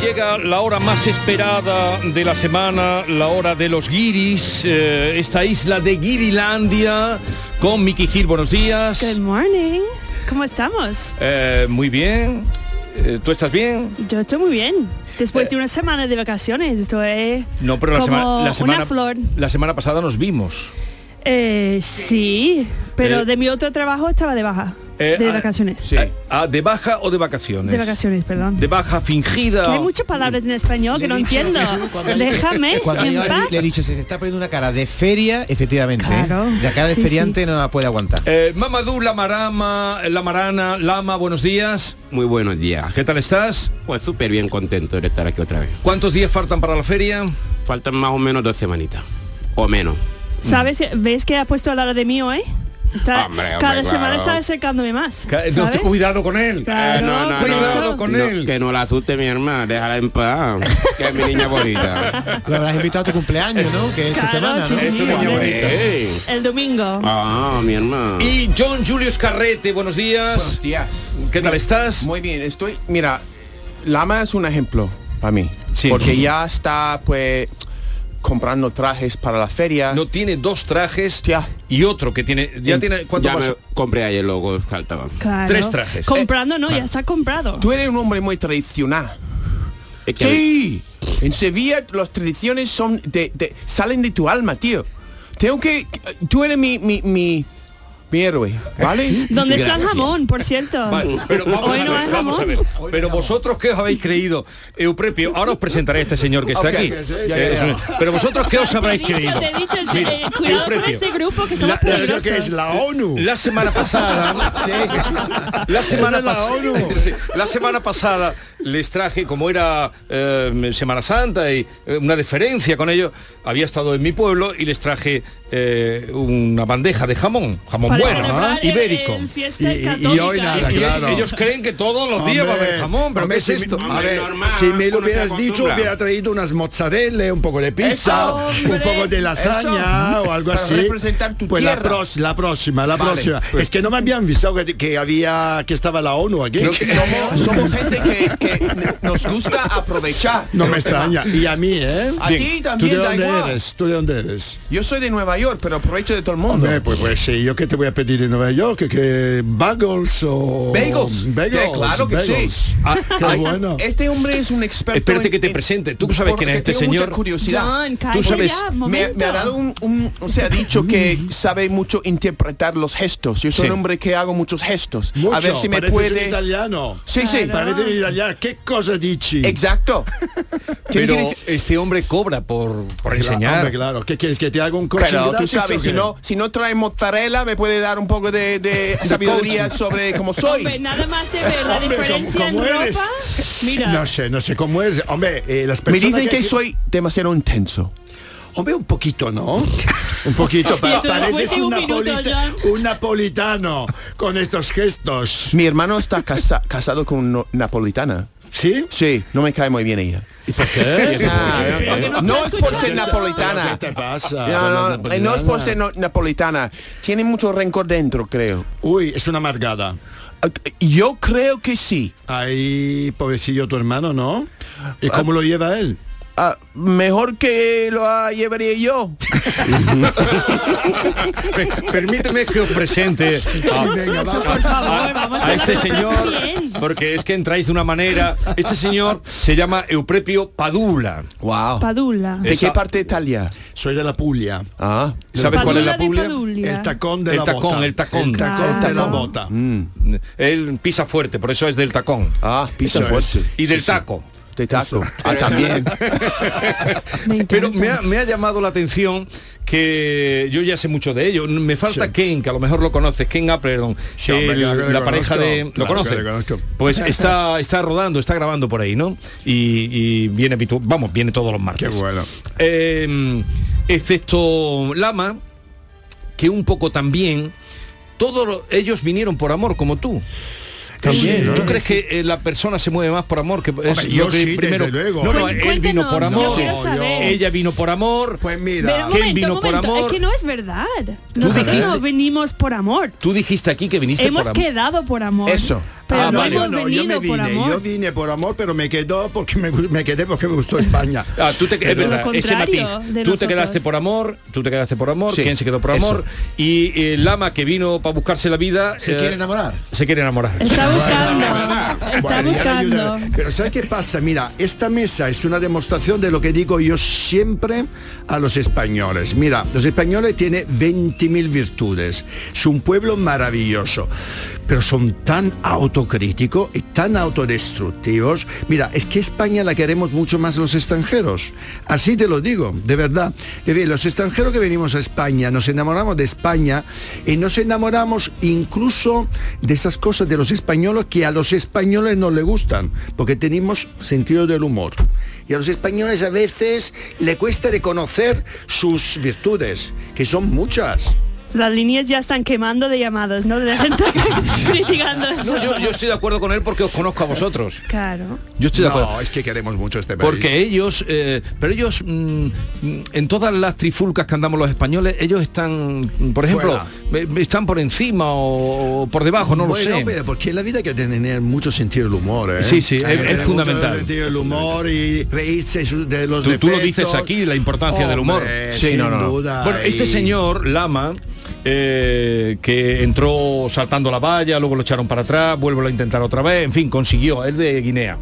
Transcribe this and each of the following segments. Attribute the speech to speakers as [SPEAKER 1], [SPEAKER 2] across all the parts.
[SPEAKER 1] Llega la hora más esperada de la semana, la hora de los guiris, eh, esta isla de Guirilandia, con Miki Gil, buenos días.
[SPEAKER 2] Good morning. ¿Cómo estamos?
[SPEAKER 1] Eh, muy bien. Eh, ¿Tú estás bien?
[SPEAKER 2] Yo estoy muy bien. Después de una semana de vacaciones, estoy
[SPEAKER 1] Eh. No, pero la,
[SPEAKER 2] como
[SPEAKER 1] sema- la semana,
[SPEAKER 2] una flor.
[SPEAKER 1] la semana pasada nos vimos.
[SPEAKER 2] Eh, sí, pero
[SPEAKER 1] Eh.
[SPEAKER 2] de mi otro trabajo estaba de baja.
[SPEAKER 1] Eh,
[SPEAKER 2] de
[SPEAKER 1] ah,
[SPEAKER 2] vacaciones.
[SPEAKER 1] sí. Ah, ¿De baja o de vacaciones?
[SPEAKER 2] De vacaciones, perdón.
[SPEAKER 1] De baja fingida.
[SPEAKER 2] Que hay
[SPEAKER 1] o-
[SPEAKER 2] muchas palabras en español que no entiendo. Déjame
[SPEAKER 3] Cuando
[SPEAKER 2] en
[SPEAKER 3] yo le,
[SPEAKER 2] paz.
[SPEAKER 3] le he dicho, se está poniendo una cara de feria, efectivamente. ¿eh? La cara de
[SPEAKER 2] sí,
[SPEAKER 3] feriante no la puede aguantar.
[SPEAKER 1] Eh, Mamadou Lamarama, Lamarana, Lama, buenos días.
[SPEAKER 4] Muy buenos días.
[SPEAKER 1] Ah, ¿Qué tal estás?
[SPEAKER 4] Pues súper bien contento de estar aquí otra vez.
[SPEAKER 1] ¿Cuántos días faltan para la feria?
[SPEAKER 4] Faltan más o menos dos semanitas. O menos.
[SPEAKER 2] ¿Sabes? ¿Ves que ha puesto al lado de mí hoy? Está,
[SPEAKER 4] Hombre, hombre,
[SPEAKER 2] cada semana
[SPEAKER 4] claro.
[SPEAKER 2] está acercándome más.
[SPEAKER 1] Ca- eh, no,
[SPEAKER 2] ¿sabes? Ah,
[SPEAKER 1] cuidado con él. Eh,
[SPEAKER 2] Claro, por
[SPEAKER 1] cuidado
[SPEAKER 2] eso.
[SPEAKER 1] con
[SPEAKER 4] No,
[SPEAKER 1] él.
[SPEAKER 4] que no la asuste mi hermana, déjala en paz. Que es mi niña bonita.
[SPEAKER 3] Lo habrás invitado a tu cumpleaños, ¿no? Que es esta
[SPEAKER 2] Claro,
[SPEAKER 3] semana,
[SPEAKER 2] Ah, sí,
[SPEAKER 3] ¿no?
[SPEAKER 2] sí,
[SPEAKER 1] Esto es muy
[SPEAKER 2] hombre.
[SPEAKER 1] bonito.
[SPEAKER 4] Ey.
[SPEAKER 2] El domingo.
[SPEAKER 4] Ah, mi hermana.
[SPEAKER 1] Y John Julius Carrete, buenos días.
[SPEAKER 5] Buenos días.
[SPEAKER 1] ¿Qué tal
[SPEAKER 5] Mi-
[SPEAKER 1] estás?
[SPEAKER 5] Muy bien, estoy. Mira, Lama es un ejemplo para mí.
[SPEAKER 1] Sí.
[SPEAKER 5] Porque ya está, pues, comprando trajes para la feria.
[SPEAKER 1] No tiene dos trajes
[SPEAKER 5] Tía.
[SPEAKER 1] y otro que tiene. Ya tiene. ¿Cuánto
[SPEAKER 4] ya
[SPEAKER 1] más?
[SPEAKER 4] me compré ayer lo que faltaba.
[SPEAKER 2] Claro.
[SPEAKER 1] Tres trajes. Eh,
[SPEAKER 2] Comprando, no, ya está comprado.
[SPEAKER 5] Tú eres un hombre muy tradicional.
[SPEAKER 4] Es que
[SPEAKER 5] Sí. En Sevilla las tradiciones son de, de- salen de tu alma, tío. Tengo que. Tú eres mi, mi, mi, mi héroe, ¿vale?
[SPEAKER 2] ¿Dónde está el jamón, por cierto?
[SPEAKER 1] Vale, pero vamos
[SPEAKER 2] Hoy
[SPEAKER 1] a
[SPEAKER 2] no
[SPEAKER 1] ver,
[SPEAKER 2] hay
[SPEAKER 1] vamos a
[SPEAKER 2] jamón.
[SPEAKER 1] ver. Pero vosotros qué os habéis creído, Euprepio, ahora os presentaré a este señor que está
[SPEAKER 5] Ok,
[SPEAKER 1] aquí. Eh,
[SPEAKER 5] sí, ya, ya, ya.
[SPEAKER 1] Pero vosotros qué os
[SPEAKER 2] Te he
[SPEAKER 1] habréis
[SPEAKER 2] dicho,
[SPEAKER 1] creído.
[SPEAKER 2] te he dicho, eh,
[SPEAKER 1] Mira,
[SPEAKER 2] cuidado con
[SPEAKER 1] Euprepio.
[SPEAKER 2] este grupo que somos
[SPEAKER 1] La- la-
[SPEAKER 2] peligrosos.
[SPEAKER 6] ONU.
[SPEAKER 1] La semana pasada, la semana
[SPEAKER 6] la
[SPEAKER 1] pasada,
[SPEAKER 6] ONU.
[SPEAKER 1] Sí, la semana pasada les traje como era eh, Semana Santa y eh, una deferencia con ello. Había estado en mi pueblo y les traje eh, una bandeja de jamón, jamón
[SPEAKER 2] Para
[SPEAKER 1] bueno,
[SPEAKER 2] celebrar el-
[SPEAKER 1] ibérico.
[SPEAKER 2] el
[SPEAKER 6] Y,
[SPEAKER 2] fiesta
[SPEAKER 6] y- y hoy
[SPEAKER 2] católica.
[SPEAKER 6] nada,
[SPEAKER 1] Y
[SPEAKER 6] claro.
[SPEAKER 1] ellos creen que todos los días va a haber
[SPEAKER 6] Hombre,
[SPEAKER 1] jamón, pero
[SPEAKER 6] hombre,
[SPEAKER 1] ¿qué es
[SPEAKER 6] si-
[SPEAKER 1] esto?
[SPEAKER 6] a
[SPEAKER 4] Hombre,
[SPEAKER 6] ver,
[SPEAKER 4] normal,
[SPEAKER 6] si me lo
[SPEAKER 4] uno se
[SPEAKER 6] hubieras dicho,
[SPEAKER 4] acostumbra.
[SPEAKER 6] hubiera traído unas mozzarella, un poco de pizza,
[SPEAKER 5] Eso,
[SPEAKER 6] un
[SPEAKER 2] hombre.
[SPEAKER 6] poco de lasaña
[SPEAKER 5] Eso.
[SPEAKER 6] o algo
[SPEAKER 5] Para
[SPEAKER 6] así.
[SPEAKER 5] representar tu
[SPEAKER 6] pues la,
[SPEAKER 5] tierra.
[SPEAKER 6] pros- la próxima, la
[SPEAKER 5] Vale,
[SPEAKER 6] próxima.
[SPEAKER 5] pues.
[SPEAKER 6] Es que no me habían avisado que, que había que estaba la ONU aquí.
[SPEAKER 5] Somos, somos gente que, que nos gusta aprovechar.
[SPEAKER 6] no
[SPEAKER 5] de
[SPEAKER 6] me
[SPEAKER 5] los demás.
[SPEAKER 6] extraña. Y a mí, ¿eh?
[SPEAKER 5] A
[SPEAKER 6] Bien.
[SPEAKER 5] ti
[SPEAKER 6] ¿Tú
[SPEAKER 5] también
[SPEAKER 6] de
[SPEAKER 5] da
[SPEAKER 6] dónde
[SPEAKER 5] igual.
[SPEAKER 6] eres? ¿Tú de dónde eres?
[SPEAKER 5] Yo soy de Nueva York, pero aprovecho de todo el mundo.
[SPEAKER 6] Hombre, pues, pues sí, yo que te voy a pedir en Nueva York, que, que bagels o...
[SPEAKER 5] Bagels.
[SPEAKER 6] Bagels.
[SPEAKER 5] Que claro que sí.
[SPEAKER 6] bagels.
[SPEAKER 1] Ah,
[SPEAKER 6] Qué
[SPEAKER 1] ay,
[SPEAKER 6] bueno.
[SPEAKER 5] Este hombre es un experto.
[SPEAKER 1] Espérate
[SPEAKER 5] en-
[SPEAKER 1] que te
[SPEAKER 5] en-
[SPEAKER 1] presente. Tú sabes
[SPEAKER 5] porque
[SPEAKER 1] quién es este
[SPEAKER 5] tengo
[SPEAKER 1] señor.
[SPEAKER 5] Mucha curiosidad.
[SPEAKER 2] John, calla
[SPEAKER 1] sabes,
[SPEAKER 2] ya, un
[SPEAKER 5] me, me
[SPEAKER 2] momento.
[SPEAKER 5] ha dado un, un- o sea, ha dicho que sabe mucho interpretar los gestos. Yo soy
[SPEAKER 1] Sí.
[SPEAKER 5] un hombre que hago muchos gestos.
[SPEAKER 6] Mucho,
[SPEAKER 5] a ver si me
[SPEAKER 6] pareces un
[SPEAKER 5] puede.
[SPEAKER 6] italiano.
[SPEAKER 5] Sí, sí.
[SPEAKER 2] Claro.
[SPEAKER 6] Parece un italiano. ¿Qué cosa dici?
[SPEAKER 5] Exacto. ¿Qué
[SPEAKER 1] Pero
[SPEAKER 5] quieres-
[SPEAKER 1] este hombre cobra por, por
[SPEAKER 6] Claro,
[SPEAKER 1] enseñar.
[SPEAKER 6] hombre, claro. ¿Qué quieres que te haga un coche
[SPEAKER 5] Pero tú
[SPEAKER 6] gratis o
[SPEAKER 5] sabes, si
[SPEAKER 6] qué?
[SPEAKER 5] no, si no trae mozzarella, me puede dar un poco de, de sabiduría sobre cómo
[SPEAKER 2] Hombre,
[SPEAKER 5] soy.
[SPEAKER 2] nada más de ver la
[SPEAKER 6] Hombre,
[SPEAKER 2] diferencia
[SPEAKER 6] ¿cómo-
[SPEAKER 2] en
[SPEAKER 6] cómo
[SPEAKER 2] ropa.
[SPEAKER 6] eres?
[SPEAKER 2] Mira,
[SPEAKER 6] No sé, no sé cómo es. Hombre, eh, las
[SPEAKER 5] Me
[SPEAKER 6] personas
[SPEAKER 5] dicen que soy demasiado intenso.
[SPEAKER 6] Hombre, un poquito, ¿no? Un poquito. pa-
[SPEAKER 2] eso después
[SPEAKER 6] pareces
[SPEAKER 2] de un
[SPEAKER 6] un,
[SPEAKER 2] minuto,
[SPEAKER 6] napolita- un napolitano con estos gestos.
[SPEAKER 5] Mi hermano está casa- casado con una napolitana.
[SPEAKER 6] ¿Sí?
[SPEAKER 5] Sí, no me cae muy bien ella. Ah,
[SPEAKER 2] porque
[SPEAKER 5] no,
[SPEAKER 2] no
[SPEAKER 5] no
[SPEAKER 2] está
[SPEAKER 5] es por ser
[SPEAKER 2] escuchando.
[SPEAKER 5] napolitana.
[SPEAKER 6] ¿Eh? ¿Qué te pasa?
[SPEAKER 5] No, no, no,
[SPEAKER 6] Napolitana.
[SPEAKER 5] no es por ser no- napolitana. Tiene mucho rencor dentro, creo.
[SPEAKER 6] Uy, es una amargada.
[SPEAKER 5] Yo creo que sí.
[SPEAKER 6] Ahí, pobrecillo tu hermano, ¿no? ¿Y cómo lo lleva él?
[SPEAKER 5] Ah, mejor que lo ah, llevaría yo.
[SPEAKER 1] Pe- Permíteme que os presente a,
[SPEAKER 6] venga, va.
[SPEAKER 2] por favor, vamos a
[SPEAKER 1] a este
[SPEAKER 2] las cosas
[SPEAKER 1] señor,
[SPEAKER 2] bien.
[SPEAKER 1] porque es que entráis de una manera. Este señor se llama Euprepio Padula.
[SPEAKER 5] Wow.
[SPEAKER 2] Padula.
[SPEAKER 5] ¿De
[SPEAKER 1] Esa-
[SPEAKER 5] qué parte de Italia?
[SPEAKER 6] Soy de la Puglia.
[SPEAKER 5] Ah,
[SPEAKER 1] ¿Sabes cuál es la
[SPEAKER 2] Padula de
[SPEAKER 1] Puglia?
[SPEAKER 2] Padula. Ah.
[SPEAKER 6] El tacón de
[SPEAKER 1] El
[SPEAKER 6] la
[SPEAKER 1] tacón,
[SPEAKER 6] bota.
[SPEAKER 1] el tacón.
[SPEAKER 6] El tacón de la
[SPEAKER 2] Claro.
[SPEAKER 6] bota.
[SPEAKER 1] Él pisa fuerte, por eso es del tacón.
[SPEAKER 5] Mm. ah, pisa
[SPEAKER 6] Eso es.
[SPEAKER 5] fuerte.
[SPEAKER 1] Y del taco.
[SPEAKER 5] De taco. Ah, también.
[SPEAKER 2] Me encanta.
[SPEAKER 1] Pero me ha, me ha llamado la atención que yo ya sé mucho de ello. Me falta
[SPEAKER 6] Sí.
[SPEAKER 1] Ken, que a lo mejor lo conoces, Ken Aperdon,
[SPEAKER 6] Sí, hombre,
[SPEAKER 1] el-
[SPEAKER 6] claro que lo
[SPEAKER 1] la pareja
[SPEAKER 6] conozco,
[SPEAKER 1] de... ¿Lo
[SPEAKER 6] claro que
[SPEAKER 1] conoces?
[SPEAKER 6] lo conozco.
[SPEAKER 1] Pues está, está rodando, está grabando por ahí, ¿no? Y, y viene, habitu- vamos, viene todos los martes.
[SPEAKER 6] Qué bueno.
[SPEAKER 1] Eh, excepto Lama, que un poco también, todos lo- ellos vinieron por amor, como tú.
[SPEAKER 6] También,
[SPEAKER 1] ¿Tú
[SPEAKER 6] ¿no?
[SPEAKER 1] crees que eh, la persona se mueve más por amor? Que es
[SPEAKER 6] Hombre, yo
[SPEAKER 1] lo que
[SPEAKER 6] sí, desde
[SPEAKER 1] primero.
[SPEAKER 6] luego.
[SPEAKER 1] No, no,
[SPEAKER 2] Cuen-
[SPEAKER 1] él vino
[SPEAKER 2] cuéntanos,
[SPEAKER 1] por
[SPEAKER 2] yo
[SPEAKER 1] amor,
[SPEAKER 2] quiero saber.
[SPEAKER 1] ella vino por amor.
[SPEAKER 6] Pues
[SPEAKER 2] Pero
[SPEAKER 6] mira,
[SPEAKER 2] un
[SPEAKER 1] ¿Quién
[SPEAKER 2] momento,
[SPEAKER 1] vino
[SPEAKER 2] un
[SPEAKER 1] por
[SPEAKER 2] momento,
[SPEAKER 1] amor?
[SPEAKER 2] Es que no es verdad. Nosotros
[SPEAKER 1] dijiste-
[SPEAKER 2] no venimos por amor.
[SPEAKER 1] Tú dijiste aquí que viniste
[SPEAKER 2] Hemos
[SPEAKER 1] por amor.
[SPEAKER 2] quedado por amor.
[SPEAKER 5] Eso.
[SPEAKER 2] Pero
[SPEAKER 1] Ah,
[SPEAKER 2] no
[SPEAKER 1] vale.
[SPEAKER 2] hemos
[SPEAKER 6] yo
[SPEAKER 2] venido
[SPEAKER 6] me
[SPEAKER 2] por
[SPEAKER 6] vine,
[SPEAKER 2] amor.
[SPEAKER 6] yo vine por amor, pero me quedó porque me, gu- me quedé porque me gustó España.
[SPEAKER 1] Ah, tú te, es
[SPEAKER 2] Pero
[SPEAKER 1] verdad,
[SPEAKER 2] lo
[SPEAKER 1] ese matiz.
[SPEAKER 2] contrario de
[SPEAKER 1] Tú te
[SPEAKER 2] nosotros.
[SPEAKER 1] quedaste por amor, tú te quedaste por amor,
[SPEAKER 5] Sí,
[SPEAKER 1] ¿quién se quedó por
[SPEAKER 5] eso.
[SPEAKER 1] amor? Y eh, Lama, que vino para buscarse la vida...
[SPEAKER 3] ¿Se
[SPEAKER 1] eh,
[SPEAKER 3] quiere enamorar?
[SPEAKER 1] Se quiere enamorar.
[SPEAKER 2] Está buscando. Está
[SPEAKER 6] Bueno, ya le
[SPEAKER 2] buscando.
[SPEAKER 6] ayudaré. Pero ¿sabes qué pasa? Mira, esta mesa es una demostración de lo que digo yo siempre a los españoles. Mira, los españoles tienen 20.000 virtudes. Es un pueblo maravilloso, pero son tan autocríticos y tan autodestructivos. Mira, es que España la queremos mucho más los extranjeros. Así te lo digo, de verdad. De ver, Los extranjeros que venimos a España, nos enamoramos de España y nos enamoramos incluso de esas cosas de los españoles que a los españoles no le gustan, porque tenemos sentido del humor. Y a los españoles a veces le cuesta reconocer sus virtudes, que son muchas.
[SPEAKER 2] Las líneas ya están quemando de llamados, ¿no? De la gente criticando eso.
[SPEAKER 1] No, yo, yo estoy de acuerdo con él porque os conozco a vosotros.
[SPEAKER 2] Claro.
[SPEAKER 1] Yo estoy de acuerdo.
[SPEAKER 6] No, es que queremos mucho este país.
[SPEAKER 1] Porque ellos, eh, pero ellos, mm, mm, en todas las trifulcas que andamos los españoles, ellos están, mm, por ejemplo, eh, están por encima o, o por debajo, no
[SPEAKER 6] bueno,
[SPEAKER 1] lo sé.
[SPEAKER 6] pero porque en la vida hay que tener mucho sentido del humor, ¿eh?
[SPEAKER 1] Sí, sí, es-
[SPEAKER 6] Hay que
[SPEAKER 1] es
[SPEAKER 6] tener mucho
[SPEAKER 1] fundamental.
[SPEAKER 6] sentido del humor y reírse su- de los
[SPEAKER 1] Tú- tú lo dices
[SPEAKER 6] defectos.
[SPEAKER 1] aquí, la importancia del humor.
[SPEAKER 6] Hombre,
[SPEAKER 5] Sí,
[SPEAKER 6] sin
[SPEAKER 5] no, no, no.
[SPEAKER 6] duda,
[SPEAKER 1] Bueno, este
[SPEAKER 6] y-
[SPEAKER 1] señor, Lama, eh, que entró saltando la valla, luego lo echaron para atrás, vuelvo a intentar otra vez, en fin, consiguió, es de Guinea.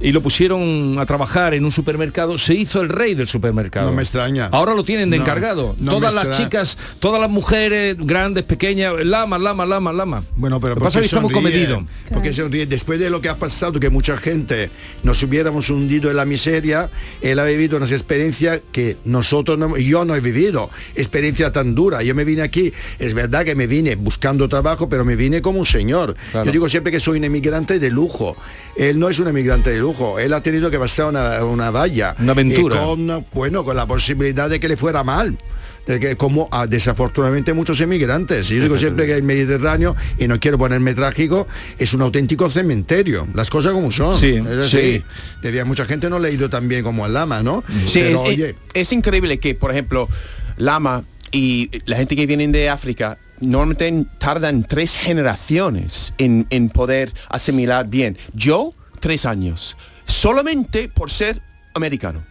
[SPEAKER 1] Y lo pusieron a trabajar en un supermercado, se hizo el rey del supermercado.
[SPEAKER 6] No me extraña.
[SPEAKER 1] Ahora lo tienen de
[SPEAKER 6] No,
[SPEAKER 1] encargado.
[SPEAKER 6] no me
[SPEAKER 1] todas las
[SPEAKER 6] extra-
[SPEAKER 1] chicas, todas las mujeres, grandes, pequeñas, lama, lama, lama, lama.
[SPEAKER 6] Bueno, pero
[SPEAKER 1] lo que pasa es que está muy
[SPEAKER 6] sonríe,
[SPEAKER 1] comedido.
[SPEAKER 6] Porque sonríe. Después de lo que ha pasado, que mucha gente nos hubiéramos hundido en la miseria, él ha vivido unas experiencias que nosotros no, yo no he vivido. Experiencia tan dura. Yo me vine aquí, es verdad que me vine buscando trabajo, pero me vine como un señor.
[SPEAKER 1] Claro.
[SPEAKER 6] Yo digo siempre que soy un emigrante de lujo. Él no es un emigrante de lujo. Él ha tenido que pasar una, una valla.
[SPEAKER 1] Una aventura.
[SPEAKER 6] Eh, con, bueno, con la posibilidad de que le fuera mal. De que, como ah, desafortunadamente muchos emigrantes. Yo digo siempre que el Mediterráneo, y no quiero ponerme trágico, es un auténtico cementerio. Las cosas como son.
[SPEAKER 1] Sí,
[SPEAKER 6] es decir,
[SPEAKER 5] sí.
[SPEAKER 6] debía- mucha gente no le ha ido tan bien como al Lama, ¿no?
[SPEAKER 5] Sí,
[SPEAKER 6] Pero,
[SPEAKER 5] es, es-
[SPEAKER 6] oye,
[SPEAKER 5] es increíble que, por ejemplo, Lama y la gente que vienen de África normalmente tardan tres generaciones en, en poder asimilar bien. Yo, tres años. Solamente por ser americano.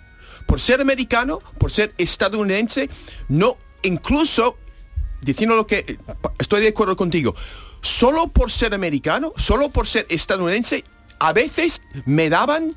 [SPEAKER 5] Por ser americano, por ser estadounidense, no, incluso diciendo lo que eh, estoy de acuerdo contigo, solo por ser americano, solo por ser estadounidense, a veces me daban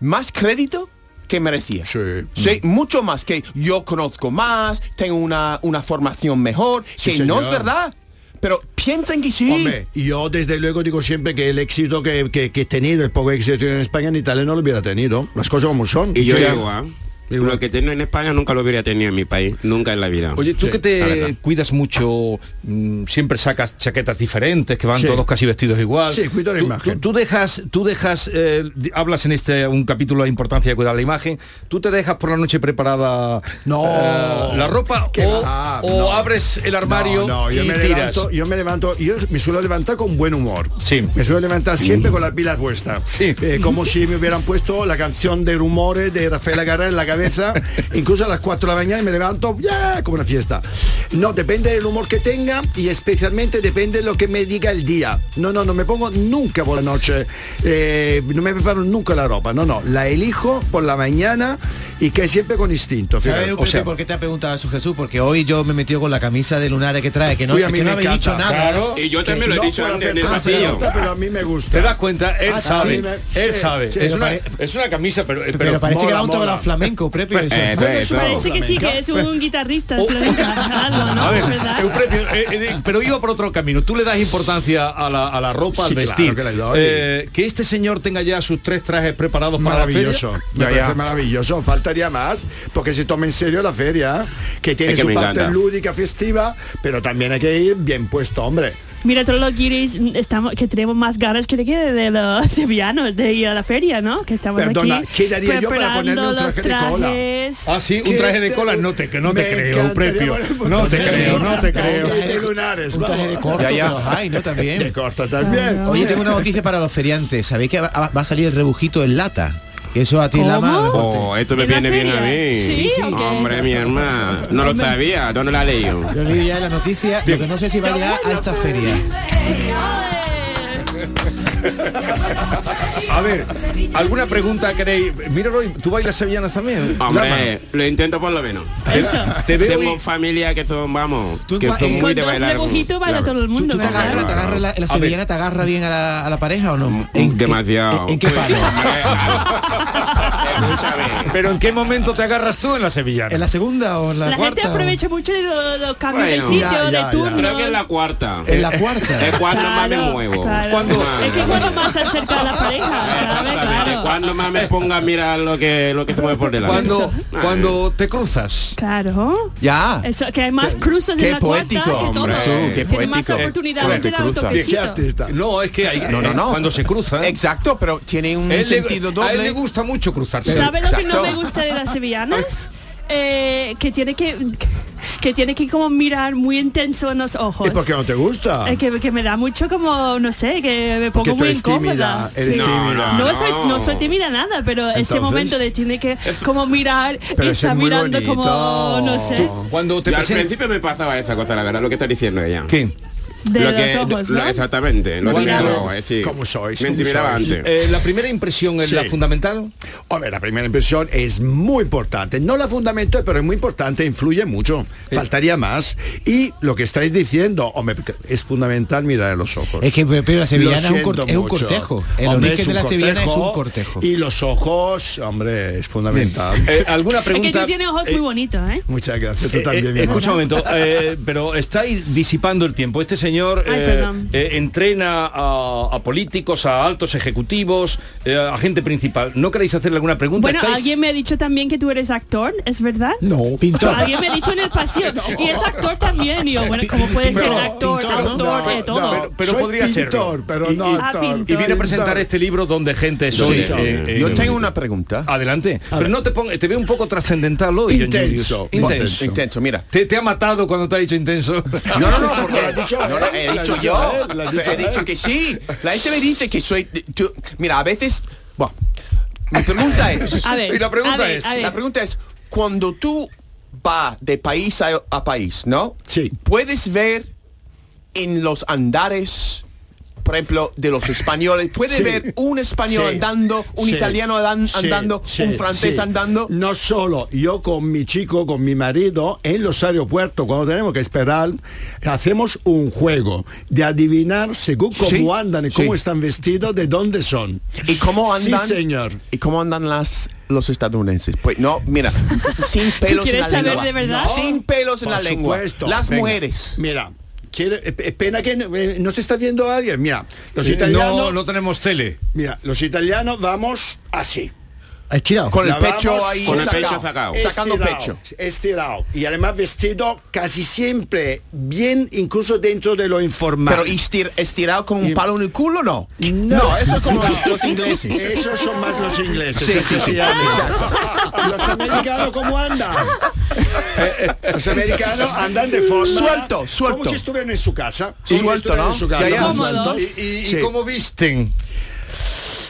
[SPEAKER 5] más crédito que merecía.
[SPEAKER 6] Sí.
[SPEAKER 5] mucho más que yo conozco más, tengo una, una formación mejor,
[SPEAKER 6] Sí,
[SPEAKER 5] que no es
[SPEAKER 6] señor.
[SPEAKER 5] verdad. Pero piensan que sí.
[SPEAKER 6] Hombre, yo desde luego digo siempre que el éxito que, que- que he tenido, el poco éxito que he tenido en España, en Italia no lo hubiera tenido. Las cosas como son.
[SPEAKER 4] Y yo
[SPEAKER 6] Sí.
[SPEAKER 4] digo, ¿ah? Lo que tengo en España nunca lo hubiera tenido en mi país, nunca en la vida.
[SPEAKER 1] Oye, tú
[SPEAKER 4] Sí,
[SPEAKER 1] que
[SPEAKER 4] la verdad.
[SPEAKER 1] te cuidas mucho, mm, siempre sacas chaquetas diferentes, que van
[SPEAKER 6] Sí.
[SPEAKER 1] todos casi vestidos igual.
[SPEAKER 6] Sí, cuido la
[SPEAKER 1] Tú-
[SPEAKER 6] imagen.
[SPEAKER 1] Tú, tú dejas, tú dejas, eh, di- hablas en este un capítulo de la importancia de cuidar la imagen. ¿Tú te dejas por la noche preparada
[SPEAKER 6] No.
[SPEAKER 1] eh, la ropa
[SPEAKER 6] Qué
[SPEAKER 1] o,
[SPEAKER 6] va,
[SPEAKER 1] o
[SPEAKER 6] no.
[SPEAKER 1] abres el armario
[SPEAKER 6] No, no, yo
[SPEAKER 1] y
[SPEAKER 6] me
[SPEAKER 1] tiras?
[SPEAKER 6] levanto, yo me levanto, yo me suelo levantar con buen humor.
[SPEAKER 1] Sí.
[SPEAKER 6] Me suelo levantar siempre con las pilas puestas.
[SPEAKER 1] Sí.
[SPEAKER 6] Eh, como si me hubieran puesto la canción de rumores de Rafael Agarra en la cabeza, incluso a las 4 de la mañana y me levanto ya como una fiesta. No, depende del humor que tenga y especialmente depende de lo que me diga el día. No, no, no me pongo nunca por la noche, eh, no me preparo nunca la ropa, no, no, la elijo por la mañana y que siempre con instinto.
[SPEAKER 3] ¿Sabes,
[SPEAKER 6] fíjate.
[SPEAKER 3] Pepe, por qué te ha preguntado eso Jesús? Porque hoy yo me he metido con la camisa de lunares que trae, que no,
[SPEAKER 6] Uy, a
[SPEAKER 3] es
[SPEAKER 6] mí
[SPEAKER 3] que no
[SPEAKER 6] me
[SPEAKER 3] habéis
[SPEAKER 6] encanta,
[SPEAKER 3] dicho nada.
[SPEAKER 6] claro.
[SPEAKER 4] Y yo también lo he
[SPEAKER 6] No
[SPEAKER 4] dicho
[SPEAKER 6] por
[SPEAKER 4] antes en el
[SPEAKER 3] Ah,
[SPEAKER 6] hacer tanta
[SPEAKER 4] pasillo.
[SPEAKER 6] nota, pero a mí me gusta.
[SPEAKER 1] ¿Te das cuenta? Él
[SPEAKER 6] Ah,
[SPEAKER 1] sabe,
[SPEAKER 6] sí, me-
[SPEAKER 1] él
[SPEAKER 6] sí,
[SPEAKER 1] sabe.
[SPEAKER 6] sí,
[SPEAKER 1] es,
[SPEAKER 6] pero
[SPEAKER 1] una,
[SPEAKER 6] pare-
[SPEAKER 1] es una camisa, pero,
[SPEAKER 3] Pero, parece que
[SPEAKER 6] mola,
[SPEAKER 3] va un toque
[SPEAKER 6] mola.
[SPEAKER 3] a flamenco, propio.
[SPEAKER 4] Eh,
[SPEAKER 3] eso.
[SPEAKER 2] Parece que sí, que es un guitarrista de flamenca, algo, ¿no?
[SPEAKER 1] A ver,
[SPEAKER 2] ¿Verdad?
[SPEAKER 1] Euprepio, eh, eh, pero iba por otro camino. Tú le das importancia a la, a la ropa,
[SPEAKER 6] Sí,
[SPEAKER 1] al
[SPEAKER 6] claro
[SPEAKER 1] vestir.
[SPEAKER 6] que le doy.
[SPEAKER 1] Eh, que este señor tenga ya sus tres trajes preparados para la feria.
[SPEAKER 6] Maravilloso, me
[SPEAKER 5] Ya,
[SPEAKER 6] parece
[SPEAKER 5] ya.
[SPEAKER 6] maravilloso, faltaría más, porque se toma en serio la feria, que tiene
[SPEAKER 4] Es que
[SPEAKER 6] su
[SPEAKER 4] me
[SPEAKER 6] parte
[SPEAKER 4] encanta.
[SPEAKER 6] lúdica, festiva, pero también hay que ir bien puesto, hombre.
[SPEAKER 2] Mira, todos los guiris mm, estamos, que tenemos más ganas que le quede de los sevillanos de ir a la feria, ¿no? Que estamos
[SPEAKER 6] Perdona,
[SPEAKER 2] aquí
[SPEAKER 6] ¿qué daría yo para
[SPEAKER 2] preparando
[SPEAKER 6] ponerme un
[SPEAKER 2] los
[SPEAKER 6] traje de cola?
[SPEAKER 2] trajes.
[SPEAKER 1] Ah, sí, un
[SPEAKER 6] ¿Qué
[SPEAKER 1] traje de
[SPEAKER 6] te-
[SPEAKER 1] cola. No te, que no te
[SPEAKER 6] me
[SPEAKER 1] creo,
[SPEAKER 6] encantaría
[SPEAKER 1] Euprepio.
[SPEAKER 6] poner un
[SPEAKER 1] No
[SPEAKER 6] montón
[SPEAKER 1] te
[SPEAKER 6] de
[SPEAKER 1] creo,
[SPEAKER 6] lunar,
[SPEAKER 1] no te
[SPEAKER 6] un
[SPEAKER 1] creo.
[SPEAKER 6] traje de lunares,
[SPEAKER 3] Un traje
[SPEAKER 6] vamos.
[SPEAKER 3] de corto,
[SPEAKER 5] Ya, ya.
[SPEAKER 3] que los hay, ¿no?
[SPEAKER 6] De
[SPEAKER 3] También.
[SPEAKER 6] corto también.
[SPEAKER 2] Claro.
[SPEAKER 3] Oye, tengo una noticia para los feriantes. ¿Sabéis que va, va a salir el rebujito en lata? Que eso a ti
[SPEAKER 2] ¿Cómo?
[SPEAKER 3] Lama, a lo mejor te-
[SPEAKER 4] Oh, esto me
[SPEAKER 2] ¿En la
[SPEAKER 4] viene bien a mí.
[SPEAKER 2] feria? Sí, ¿o qué?
[SPEAKER 4] Hombre, mi hermana. No lo sabía. ¿Dónde la leí?
[SPEAKER 3] Yo leí ya la noticia, lo que no sé si va a llegar a esta feria.
[SPEAKER 1] A ver, ¿alguna pregunta queréis? Míralo, ¿tú bailas sevillanas también? Lama.
[SPEAKER 4] Hombre, lo intento por lo menos.
[SPEAKER 1] Te veo
[SPEAKER 4] Tengo
[SPEAKER 1] y-
[SPEAKER 4] familia que son, vamos,
[SPEAKER 3] Tú
[SPEAKER 4] que
[SPEAKER 3] cua-
[SPEAKER 4] son
[SPEAKER 3] eh,
[SPEAKER 4] muy
[SPEAKER 2] Con
[SPEAKER 4] de
[SPEAKER 2] dos
[SPEAKER 4] bailar.
[SPEAKER 2] rebujito baila
[SPEAKER 4] Claro.
[SPEAKER 2] todo el
[SPEAKER 3] ¿Tú,
[SPEAKER 2] mundo.
[SPEAKER 3] tú te
[SPEAKER 2] ¿verdad?
[SPEAKER 4] claro,
[SPEAKER 3] agarras, te agarras la, la
[SPEAKER 1] A ver.
[SPEAKER 3] sevillana, te agarra bien a la, a la pareja o no?
[SPEAKER 4] demasiado. Pues,
[SPEAKER 3] ¿En, en qué palo?
[SPEAKER 4] Escúchame.
[SPEAKER 1] Pero ¿en qué momento te agarras tú en la sevillana?
[SPEAKER 3] ¿En la segunda o en la,
[SPEAKER 2] La
[SPEAKER 3] cuarta?
[SPEAKER 2] gente
[SPEAKER 3] o-
[SPEAKER 2] aprovecha mucho de lo- los, cambios
[SPEAKER 4] Bueno,
[SPEAKER 2] de sitio,
[SPEAKER 6] ya, ya, ya.
[SPEAKER 2] de turnos.
[SPEAKER 4] Creo que es la cuarta.
[SPEAKER 3] En la cuarta.
[SPEAKER 4] Es cuando más me
[SPEAKER 2] Claro,
[SPEAKER 4] muevo.
[SPEAKER 2] claro.
[SPEAKER 1] Cuando-
[SPEAKER 2] Es que cuando más se acerca a la pareja, ¿sabes?
[SPEAKER 4] Exactamente,
[SPEAKER 2] Claro.
[SPEAKER 4] Cuando más me ponga a mirar lo que lo que se mueve por delante.
[SPEAKER 1] Cuando,
[SPEAKER 4] Ay,
[SPEAKER 1] cuando te cozas.
[SPEAKER 2] Claro.
[SPEAKER 5] Ya.
[SPEAKER 2] Eso, que hay más cruces
[SPEAKER 5] Qué
[SPEAKER 2] en la
[SPEAKER 5] poético,
[SPEAKER 2] cuarta que
[SPEAKER 5] hombre.
[SPEAKER 2] todo.
[SPEAKER 5] Jesús, qué
[SPEAKER 2] Tiene más
[SPEAKER 5] poético.
[SPEAKER 2] oportunidades
[SPEAKER 5] Cuando
[SPEAKER 2] de
[SPEAKER 5] te
[SPEAKER 2] dar un
[SPEAKER 5] cruzas.
[SPEAKER 6] Bien, ¿Qué
[SPEAKER 2] toquecito.
[SPEAKER 6] artista?
[SPEAKER 1] No, es que hay,
[SPEAKER 5] No, no, no.
[SPEAKER 1] cuando se cruzan.
[SPEAKER 5] Exacto, pero tiene un
[SPEAKER 1] Él le-
[SPEAKER 5] sentido
[SPEAKER 1] a
[SPEAKER 5] doble.
[SPEAKER 1] él le gusta mucho cruzarse.
[SPEAKER 2] ¿Sabes lo que no
[SPEAKER 5] Exacto.
[SPEAKER 2] me gusta de las sevillanas? Eh, que tiene que que tiene que como mirar muy intenso en los ojos.
[SPEAKER 6] ¿Y por qué no te gusta?
[SPEAKER 2] Eh, que, que me da mucho como, no sé, que me pongo
[SPEAKER 6] Porque tú
[SPEAKER 2] muy
[SPEAKER 6] eres tímida,
[SPEAKER 2] incómoda.
[SPEAKER 6] eres
[SPEAKER 2] Sí.
[SPEAKER 6] tímida.
[SPEAKER 2] No,
[SPEAKER 4] No.
[SPEAKER 2] soy, no soy tímida nada, pero ese
[SPEAKER 6] Entonces.
[SPEAKER 2] momento de tiene que como mirar y
[SPEAKER 6] Pero eso
[SPEAKER 2] está
[SPEAKER 6] es muy
[SPEAKER 2] mirando
[SPEAKER 6] bonito.
[SPEAKER 2] como, no sé,
[SPEAKER 1] Cuando te
[SPEAKER 4] Yo al
[SPEAKER 1] presentas-
[SPEAKER 4] principio me pasaba esa cosa, la verdad, lo que está diciendo ella.
[SPEAKER 1] ¿Qué?
[SPEAKER 2] de
[SPEAKER 4] lo
[SPEAKER 2] los
[SPEAKER 4] que,
[SPEAKER 2] ojos,
[SPEAKER 4] lo-
[SPEAKER 2] ¿no?
[SPEAKER 4] Exactamente, lo que me
[SPEAKER 2] Mirada.
[SPEAKER 4] hago, es decir,
[SPEAKER 6] ¿Cómo sois?
[SPEAKER 4] Me
[SPEAKER 6] ¿Cómo
[SPEAKER 4] intimidaba
[SPEAKER 6] sois?
[SPEAKER 4] antes.
[SPEAKER 1] Eh, la primera impresión es
[SPEAKER 6] Sí.
[SPEAKER 1] la fundamental.
[SPEAKER 6] Hombre, la primera impresión es muy importante. No la fundamental, pero es muy importante, influye mucho. Faltaría más. Y lo que estáis diciendo, hombre, es fundamental mirar a los ojos.
[SPEAKER 3] Es que pero, pero la sevillana
[SPEAKER 6] Lo
[SPEAKER 3] es un,
[SPEAKER 6] siento
[SPEAKER 3] corte- es un
[SPEAKER 6] mucho.
[SPEAKER 3] cortejo. El
[SPEAKER 6] Hombre,
[SPEAKER 3] origen
[SPEAKER 6] es
[SPEAKER 3] de
[SPEAKER 6] un
[SPEAKER 3] la sevillana es
[SPEAKER 6] cortejo,
[SPEAKER 3] un cortejo.
[SPEAKER 6] Y los ojos, hombre, es fundamental.
[SPEAKER 1] Eh, ¿Alguna
[SPEAKER 2] Es que
[SPEAKER 1] pregunta?
[SPEAKER 2] tú tienes ojos
[SPEAKER 1] Eh,
[SPEAKER 2] muy bonitos, ¿eh?
[SPEAKER 6] Muchas gracias, tú
[SPEAKER 1] eh,
[SPEAKER 6] también.
[SPEAKER 1] eh,
[SPEAKER 6] mi amor.
[SPEAKER 1] escucha un momento, eh, pero estáis disipando el tiempo. Este señor
[SPEAKER 2] Ay,
[SPEAKER 1] eh,
[SPEAKER 2] perdón.
[SPEAKER 1] eh, entrena a, a políticos, a altos ejecutivos, eh, a gente principal. ¿No queréis hacerle alguna pregunta?
[SPEAKER 2] Bueno,
[SPEAKER 1] ¿Estáis- Oh.
[SPEAKER 2] alguien me ha dicho también que tú eres actor, ¿es verdad?
[SPEAKER 3] No, pintor.
[SPEAKER 2] Alguien me ha dicho en el pasillo y es actor también. Y yo, bueno, ¿cómo puede ser
[SPEAKER 6] Pintor,
[SPEAKER 2] actor,
[SPEAKER 6] pintor,
[SPEAKER 2] autor,
[SPEAKER 6] no,
[SPEAKER 2] de todo?
[SPEAKER 6] no,
[SPEAKER 1] Pero- pero
[SPEAKER 6] soy
[SPEAKER 1] podría
[SPEAKER 6] pintor,
[SPEAKER 1] serlo.
[SPEAKER 6] pero
[SPEAKER 1] Y-
[SPEAKER 6] no
[SPEAKER 1] y-
[SPEAKER 2] Ah,
[SPEAKER 6] actor.
[SPEAKER 2] pintor.
[SPEAKER 1] Y viene a presentar
[SPEAKER 6] Pintor.
[SPEAKER 1] este libro donde gente soy.
[SPEAKER 5] Sí.
[SPEAKER 1] eh, eh,
[SPEAKER 5] Yo tengo una pregunta.
[SPEAKER 1] Adelante. Pero no te pongas, te veo un poco trascendental hoy. John
[SPEAKER 6] Intenso,
[SPEAKER 1] Julius.
[SPEAKER 6] intenso.
[SPEAKER 1] Intenso.
[SPEAKER 5] Intenso, mira.
[SPEAKER 1] Te, te ha matado cuando te ha dicho intenso.
[SPEAKER 5] No, no, no, porque
[SPEAKER 6] Lo ha dicho
[SPEAKER 5] no, no,
[SPEAKER 6] él,
[SPEAKER 5] he
[SPEAKER 6] lo ha
[SPEAKER 5] dicho
[SPEAKER 6] dicho
[SPEAKER 5] yo.
[SPEAKER 6] él, lo ha dicho
[SPEAKER 5] he dicho
[SPEAKER 6] él.
[SPEAKER 5] que sí. La gente me dice que soy. tú- mira, a veces. Bueno, mi pregunta es.
[SPEAKER 2] A ver,
[SPEAKER 1] Y la pregunta
[SPEAKER 2] a ver,
[SPEAKER 1] es-
[SPEAKER 2] a ver.
[SPEAKER 5] La pregunta es, cuando tú vas de país a, a país, ¿no?
[SPEAKER 6] Sí.
[SPEAKER 5] Puedes ver en los andares, por ejemplo, de los españoles, puedes
[SPEAKER 6] Sí.
[SPEAKER 5] ver un español
[SPEAKER 6] Sí.
[SPEAKER 5] andando, un
[SPEAKER 6] Sí.
[SPEAKER 5] italiano andan-
[SPEAKER 6] Sí.
[SPEAKER 5] andando,
[SPEAKER 6] Sí.
[SPEAKER 5] un francés
[SPEAKER 6] Sí.
[SPEAKER 5] andando.
[SPEAKER 6] No solo, yo con mi chico, con mi marido, en los aeropuertos, cuando tenemos que esperar, hacemos un juego de adivinar según cómo
[SPEAKER 5] Sí.
[SPEAKER 6] andan y
[SPEAKER 5] Sí.
[SPEAKER 6] cómo están vestidos, de dónde son.
[SPEAKER 5] ¿Y cómo
[SPEAKER 6] Sí,
[SPEAKER 5] andan?
[SPEAKER 6] señor.
[SPEAKER 5] ¿Y cómo andan las los estadounidenses? Pues no, mira, sin pelos en
[SPEAKER 2] quieres
[SPEAKER 5] la
[SPEAKER 2] saber
[SPEAKER 5] lengua.
[SPEAKER 2] de verdad?
[SPEAKER 5] Sin pelos en
[SPEAKER 6] Por
[SPEAKER 5] la lengua.
[SPEAKER 6] supuesto.
[SPEAKER 5] Las
[SPEAKER 6] Venga.
[SPEAKER 5] mujeres.
[SPEAKER 6] Mira. quiere- eh, eh, pena que no, eh, no se está viendo alguien. Mira, los
[SPEAKER 1] Eh,
[SPEAKER 6] italianos,
[SPEAKER 1] no, no tenemos tele.
[SPEAKER 6] mira, los italianos vamos así.
[SPEAKER 3] Estirado.
[SPEAKER 5] Con el
[SPEAKER 6] La
[SPEAKER 5] pecho
[SPEAKER 6] vamos
[SPEAKER 5] ahí
[SPEAKER 4] con el
[SPEAKER 5] sacado,
[SPEAKER 4] pecho sacado.
[SPEAKER 5] Sacando
[SPEAKER 6] estirado,
[SPEAKER 5] pecho.
[SPEAKER 6] Estirado. Y además vestido casi siempre bien, incluso dentro de lo informal.
[SPEAKER 5] Pero estir- estirado como un
[SPEAKER 6] Y-
[SPEAKER 5] palo en el culo, no.
[SPEAKER 6] No.
[SPEAKER 5] eso es como los, los ingleses.
[SPEAKER 6] Esos son más los ingleses.
[SPEAKER 5] Sí, sí, sí.
[SPEAKER 6] efectivamente. Los americanos, ¿cómo andan? Eh, Los americanos andan de forma...
[SPEAKER 5] Suelto, suelto.
[SPEAKER 6] Como si estuvieran en su casa.
[SPEAKER 5] Sí,
[SPEAKER 6] Como si
[SPEAKER 5] suelto,
[SPEAKER 6] estuvieran
[SPEAKER 5] ¿no?
[SPEAKER 6] En su casa,
[SPEAKER 5] Ya, ya.
[SPEAKER 6] muy
[SPEAKER 2] Cómodos.
[SPEAKER 6] sueltos.
[SPEAKER 1] ¿Y, y-
[SPEAKER 6] Sí.
[SPEAKER 1] y cómo visten?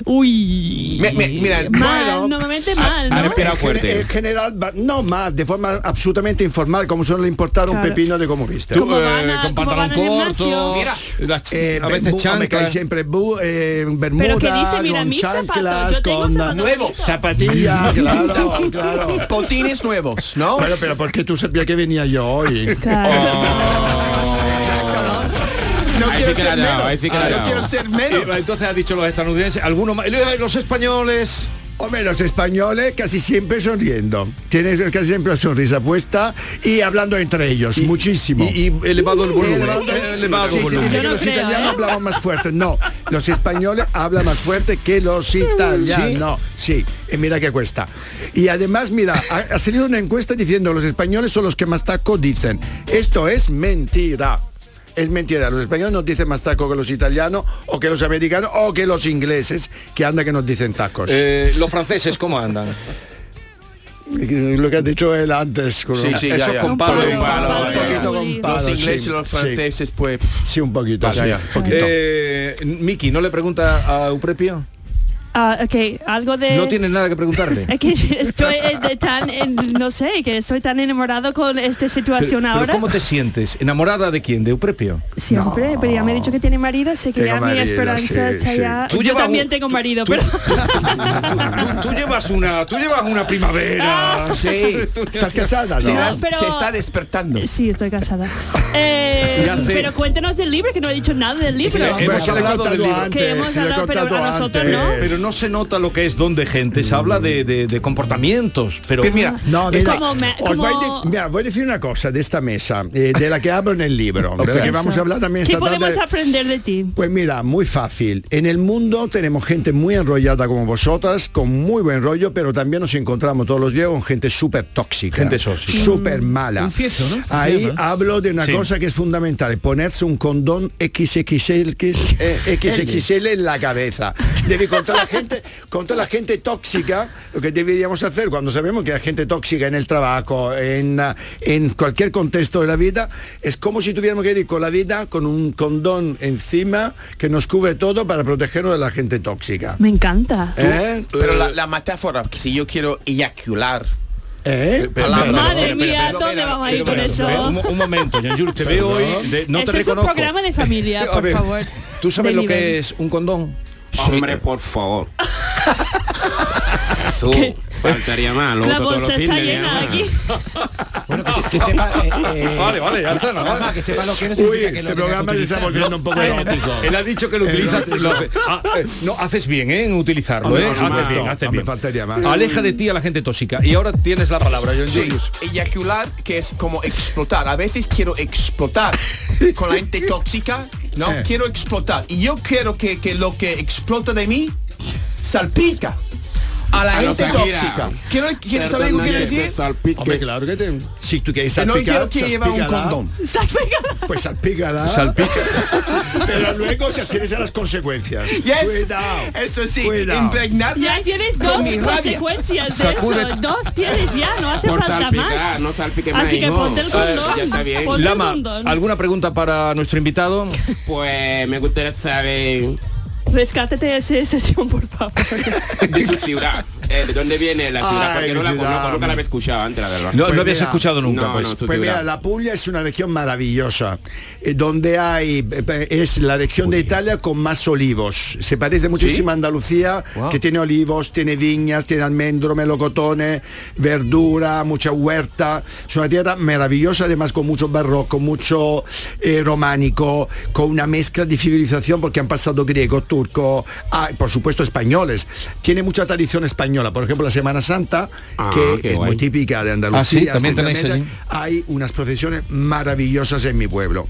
[SPEAKER 2] Uy.
[SPEAKER 5] Mi- mi- mira,
[SPEAKER 2] mal,
[SPEAKER 5] bueno,
[SPEAKER 1] Ah,
[SPEAKER 6] ah,
[SPEAKER 2] normalmente mal,
[SPEAKER 4] ha- ha
[SPEAKER 2] ¿no?
[SPEAKER 4] respirado. Era
[SPEAKER 6] En
[SPEAKER 4] fuerte.
[SPEAKER 6] gen- En general, va- no más, de forma absolutamente informal, como suele importar un
[SPEAKER 2] Claro.
[SPEAKER 6] pepino de cómo viste.
[SPEAKER 2] ¿Cómo van a-
[SPEAKER 1] eh,
[SPEAKER 2] cómo
[SPEAKER 1] con
[SPEAKER 2] van
[SPEAKER 1] pantalón
[SPEAKER 2] al
[SPEAKER 1] corto,
[SPEAKER 2] gimnasio?
[SPEAKER 5] Mira,
[SPEAKER 1] las-
[SPEAKER 6] Eh,
[SPEAKER 1] a veces
[SPEAKER 6] bermu- me cae
[SPEAKER 1] chanclas.
[SPEAKER 6] siempre bu, eh, bermuda,
[SPEAKER 2] Pero que dice, mira,
[SPEAKER 6] con
[SPEAKER 2] mis zapatos,
[SPEAKER 6] chanclas,
[SPEAKER 2] yo tengo
[SPEAKER 6] con
[SPEAKER 2] zapatos
[SPEAKER 5] Nuevo.
[SPEAKER 2] nuevos.
[SPEAKER 6] zapatilla, claro, claro.
[SPEAKER 5] Potines nuevos, ¿no?
[SPEAKER 6] Bueno, pero porque tú sabías que venía yo hoy.
[SPEAKER 5] Oh. No
[SPEAKER 4] Ahí
[SPEAKER 5] quiero
[SPEAKER 4] sí que la
[SPEAKER 5] ser
[SPEAKER 4] ha dado,
[SPEAKER 5] menos. Ah,
[SPEAKER 4] ahí sí que la ha
[SPEAKER 5] No
[SPEAKER 4] dado.
[SPEAKER 5] quiero ser
[SPEAKER 1] Eh,
[SPEAKER 5] menos.
[SPEAKER 1] entonces ha dicho los estadounidenses, algunos más. eh, Los españoles.
[SPEAKER 6] Hombre, los españoles casi siempre sonriendo. Tienen casi siempre la sonrisa puesta y hablando entre ellos, muchísimo.
[SPEAKER 1] Y, y elevado el volumen.
[SPEAKER 6] Elevando-
[SPEAKER 1] Elevado
[SPEAKER 6] Sí,
[SPEAKER 1] el
[SPEAKER 6] sí,
[SPEAKER 1] volumen.
[SPEAKER 6] dice
[SPEAKER 2] Yo
[SPEAKER 6] que
[SPEAKER 2] no
[SPEAKER 6] los
[SPEAKER 2] creo,
[SPEAKER 6] italianos
[SPEAKER 2] ¿eh?
[SPEAKER 6] hablaban más fuerte. No, los españoles hablan más fuerte que los italianos. Sí, y mira qué cuesta. Y además, mira, ha, ha salido una encuesta diciendo los españoles son los que más taco dicen. Esto es mentira. Es mentira, los españoles nos dicen más taco que los italianos o que los americanos o que los ingleses, que anda que nos dicen tacos.
[SPEAKER 1] Eh, los franceses, ¿cómo andan?
[SPEAKER 6] Eh, Lo que has dicho él antes. con-
[SPEAKER 5] Sí, sí, ya,
[SPEAKER 1] Esos
[SPEAKER 5] ya.
[SPEAKER 1] con palo.
[SPEAKER 5] Con palo,
[SPEAKER 6] Con
[SPEAKER 5] ya,
[SPEAKER 6] poquito
[SPEAKER 5] ya.
[SPEAKER 6] con
[SPEAKER 5] Los
[SPEAKER 6] palo,
[SPEAKER 5] ingleses
[SPEAKER 6] sí,
[SPEAKER 5] y los
[SPEAKER 6] sí.
[SPEAKER 5] franceses, pues...
[SPEAKER 6] Sí, un poquito.
[SPEAKER 5] Vale,
[SPEAKER 6] sí,
[SPEAKER 5] ya.
[SPEAKER 6] un poquito.
[SPEAKER 1] Eh, Miki, ¿no le pregunta a Eupepio?
[SPEAKER 2] Ah, ok, algo de...
[SPEAKER 1] No tienes nada que preguntarle.
[SPEAKER 2] Es que estoy eh, de tan, eh, no sé, que estoy tan enamorado con esta
[SPEAKER 1] Pero-
[SPEAKER 2] situación
[SPEAKER 1] pero
[SPEAKER 2] ahora.
[SPEAKER 1] ¿Cómo te sientes? ¿Enamorada de quién? ¿De Eupepio?
[SPEAKER 2] Siempre, pero ya me he dicho que tiene marido, sé que
[SPEAKER 6] Tengo
[SPEAKER 2] ya mi
[SPEAKER 6] marido,
[SPEAKER 2] esperanza
[SPEAKER 6] sí,
[SPEAKER 2] está
[SPEAKER 6] sí.
[SPEAKER 2] ya...
[SPEAKER 1] Tú
[SPEAKER 2] Yo
[SPEAKER 1] llevas
[SPEAKER 2] también
[SPEAKER 1] un-
[SPEAKER 2] tengo marido,
[SPEAKER 1] tú-
[SPEAKER 2] pero...
[SPEAKER 1] tú, llevas una, tú llevas una primavera.
[SPEAKER 5] Sí,
[SPEAKER 6] ¿Estás casada? no?
[SPEAKER 5] se, va-
[SPEAKER 2] Ah, pero-
[SPEAKER 5] se está despertando.
[SPEAKER 2] Sí, estoy casada. Eh,
[SPEAKER 1] Ya sé. Eh,
[SPEAKER 2] pero cuéntenos del libro, que no he dicho nada del libro.
[SPEAKER 1] Hemos
[SPEAKER 6] Pero se lo he
[SPEAKER 1] hablado
[SPEAKER 6] contado
[SPEAKER 1] del libro.
[SPEAKER 6] antes,
[SPEAKER 2] Que hemos
[SPEAKER 6] se lo he
[SPEAKER 2] hablado, pero
[SPEAKER 6] contado
[SPEAKER 2] a nosotros no.
[SPEAKER 6] antes.
[SPEAKER 1] Pero no se nota lo que es don de gente, se habla de, de- de comportamientos. Pero
[SPEAKER 5] Pues mira,
[SPEAKER 6] No,
[SPEAKER 2] Es
[SPEAKER 6] mira,
[SPEAKER 2] como me-
[SPEAKER 6] os
[SPEAKER 2] como-
[SPEAKER 6] voy, a de- mira, voy a decir una cosa de esta mesa, eh, de la que hablo en el libro, de la que vamos a hablar también
[SPEAKER 2] ¿Qué
[SPEAKER 6] esta tarde.
[SPEAKER 2] podemos aprender de ti?
[SPEAKER 6] Pues mira, muy fácil. En el mundo tenemos gente muy enrollada como vosotras, con muy buen rollo, pero también nos encontramos todos los días con gente súper tóxica.
[SPEAKER 1] Gente sósica.
[SPEAKER 6] Súper mala.
[SPEAKER 3] Confieso, ¿no? Se
[SPEAKER 6] Ahí
[SPEAKER 3] llama.
[SPEAKER 6] hablo de una
[SPEAKER 1] Sí.
[SPEAKER 6] cosa que es fundamental, ponerse un condón XXL, que es, eh, XXL en la cabeza. Debe contra la gente, contra la gente tóxica, lo que deberíamos hacer cuando sabemos que la gente tóxica en el trabajo, en, ah, en cualquier contexto de la vida, es como si tuviéramos que ir con la vida con un condón encima que nos cubre todo para protegernos de la gente tóxica.
[SPEAKER 2] Me encanta.
[SPEAKER 6] ¿Eh?
[SPEAKER 5] Pero la, la metáfora, que si yo quiero eyacular,
[SPEAKER 6] ¿Eh?
[SPEAKER 1] Pero-
[SPEAKER 5] palabras-
[SPEAKER 1] pero-
[SPEAKER 2] Madre
[SPEAKER 1] pero-
[SPEAKER 2] mía,
[SPEAKER 5] pero-
[SPEAKER 2] ¿dónde
[SPEAKER 5] pero-
[SPEAKER 2] vamos a ir
[SPEAKER 5] pero-
[SPEAKER 2] con
[SPEAKER 1] pero-
[SPEAKER 2] eso?
[SPEAKER 1] pero- un, un momento, John Jules, te veo hoy, de- no
[SPEAKER 2] Eso
[SPEAKER 1] te
[SPEAKER 2] es un
[SPEAKER 1] reconozco.
[SPEAKER 2] programa de familia,
[SPEAKER 1] A
[SPEAKER 2] por
[SPEAKER 1] ver,
[SPEAKER 2] favor.
[SPEAKER 1] ¿Tú sabes
[SPEAKER 2] De
[SPEAKER 1] lo que
[SPEAKER 2] nivel.
[SPEAKER 1] es un condón?
[SPEAKER 4] Hombre, por favor. Tú, faltaría más, lo
[SPEAKER 2] La
[SPEAKER 4] uso todos los
[SPEAKER 2] bolsa está
[SPEAKER 4] fines ¿eh? de
[SPEAKER 2] llena
[SPEAKER 4] semana.
[SPEAKER 2] aquí.
[SPEAKER 3] Bueno, que, se- que sepa... eh, eh,
[SPEAKER 1] Vale, vale, ya está, no,
[SPEAKER 3] Juanma,
[SPEAKER 1] vale.
[SPEAKER 3] que sepa lo que no
[SPEAKER 6] Uy,
[SPEAKER 3] significa que lo tenga
[SPEAKER 6] este
[SPEAKER 3] que
[SPEAKER 6] programa se está
[SPEAKER 3] utilizar, ¿no?
[SPEAKER 6] volviendo un poco Eh,
[SPEAKER 2] Ay,
[SPEAKER 6] erótico.
[SPEAKER 1] Él ha dicho que lo utiliza. lo hace- ah, eh, no, haces bien ¿eh? en utilizarlo,
[SPEAKER 6] Hombre,
[SPEAKER 1] ¿eh?
[SPEAKER 6] por
[SPEAKER 1] Haces
[SPEAKER 6] supuesto.
[SPEAKER 1] bien, haces
[SPEAKER 6] No me
[SPEAKER 1] bien.
[SPEAKER 6] faltaría más.
[SPEAKER 1] Aleja de ti a la gente tóxica. Y ahora tienes la palabra, John
[SPEAKER 5] Sí,
[SPEAKER 1] Julius.
[SPEAKER 5] eyacular, que es como explotar. A veces quiero explotar con la gente tóxica, ¿no?
[SPEAKER 6] Eh.
[SPEAKER 5] Quiero explotar. Y yo quiero que, que lo que explota de mí salpica a la
[SPEAKER 4] A los
[SPEAKER 5] gente
[SPEAKER 4] Shakira.
[SPEAKER 5] tóxica. Quiero, quiero
[SPEAKER 4] Perdón,
[SPEAKER 5] saber lo que quiero
[SPEAKER 4] Daniel, te
[SPEAKER 5] decir.
[SPEAKER 4] salpique.
[SPEAKER 6] Hombre, claro que te... Si tú quieres
[SPEAKER 5] Que No
[SPEAKER 6] salpicar,
[SPEAKER 5] quiero que llevar un
[SPEAKER 6] salpícala.
[SPEAKER 5] condón.
[SPEAKER 6] Pues salpícala.
[SPEAKER 1] Salpica.
[SPEAKER 6] Pero luego te tienes a las consecuencias.
[SPEAKER 5] Yes.
[SPEAKER 6] Cuidado.
[SPEAKER 5] Eso sí,
[SPEAKER 6] Cuidado.
[SPEAKER 5] impregnarme
[SPEAKER 2] Ya tienes
[SPEAKER 5] con
[SPEAKER 2] dos
[SPEAKER 5] mi rabia.
[SPEAKER 2] consecuencias de
[SPEAKER 1] Sacude-
[SPEAKER 2] eso. Dos tienes ya, no hace
[SPEAKER 4] Por
[SPEAKER 2] falta
[SPEAKER 4] salpicar,
[SPEAKER 2] más.
[SPEAKER 4] Ah, no salpique más,
[SPEAKER 2] Así que
[SPEAKER 4] hijo.
[SPEAKER 2] ponte el condón.
[SPEAKER 4] Ya está bien.
[SPEAKER 2] Ponte el
[SPEAKER 1] Lama,
[SPEAKER 2] condón.
[SPEAKER 1] ¿alguna pregunta para nuestro invitado?
[SPEAKER 4] Pues me gustaría saber
[SPEAKER 2] Rescátate de esa sesión, por favor.
[SPEAKER 4] de su ciudad. Eh, ¿De dónde viene la ciudad?
[SPEAKER 6] Ay,
[SPEAKER 4] Porque no
[SPEAKER 6] mi
[SPEAKER 4] la
[SPEAKER 6] ciudad.
[SPEAKER 4] conozco, nunca la había escuchado antes, la verdad.
[SPEAKER 1] No,
[SPEAKER 6] Pues
[SPEAKER 1] no habías
[SPEAKER 6] mira,
[SPEAKER 1] escuchado nunca,
[SPEAKER 4] no,
[SPEAKER 1] pues.
[SPEAKER 4] no, su
[SPEAKER 6] Pues
[SPEAKER 4] ciudad.
[SPEAKER 6] mira, la Puglia es una región maravillosa, eh, donde hay, eh, es la región de Italia con más olivos. Se parece muchísimo a Andalucía, que tiene olivos, tiene viñas, tiene almendro, melocotones, verdura, mucha huerta. Es una tierra maravillosa, además con mucho barroco, mucho eh, románico, con una mezcla de civilización, porque han pasado griegos, turcos, ah, y por supuesto españoles. Tiene mucha tradición española, por ejemplo la Semana Santa,
[SPEAKER 4] Ah,
[SPEAKER 6] que
[SPEAKER 4] qué
[SPEAKER 6] es muy
[SPEAKER 4] guay.
[SPEAKER 6] típica de Andalucía.
[SPEAKER 1] Ah, sí, también tenéis
[SPEAKER 6] especialmente.
[SPEAKER 1] allí.
[SPEAKER 6] Hay unas procesiones maravillosas en mi pueblo.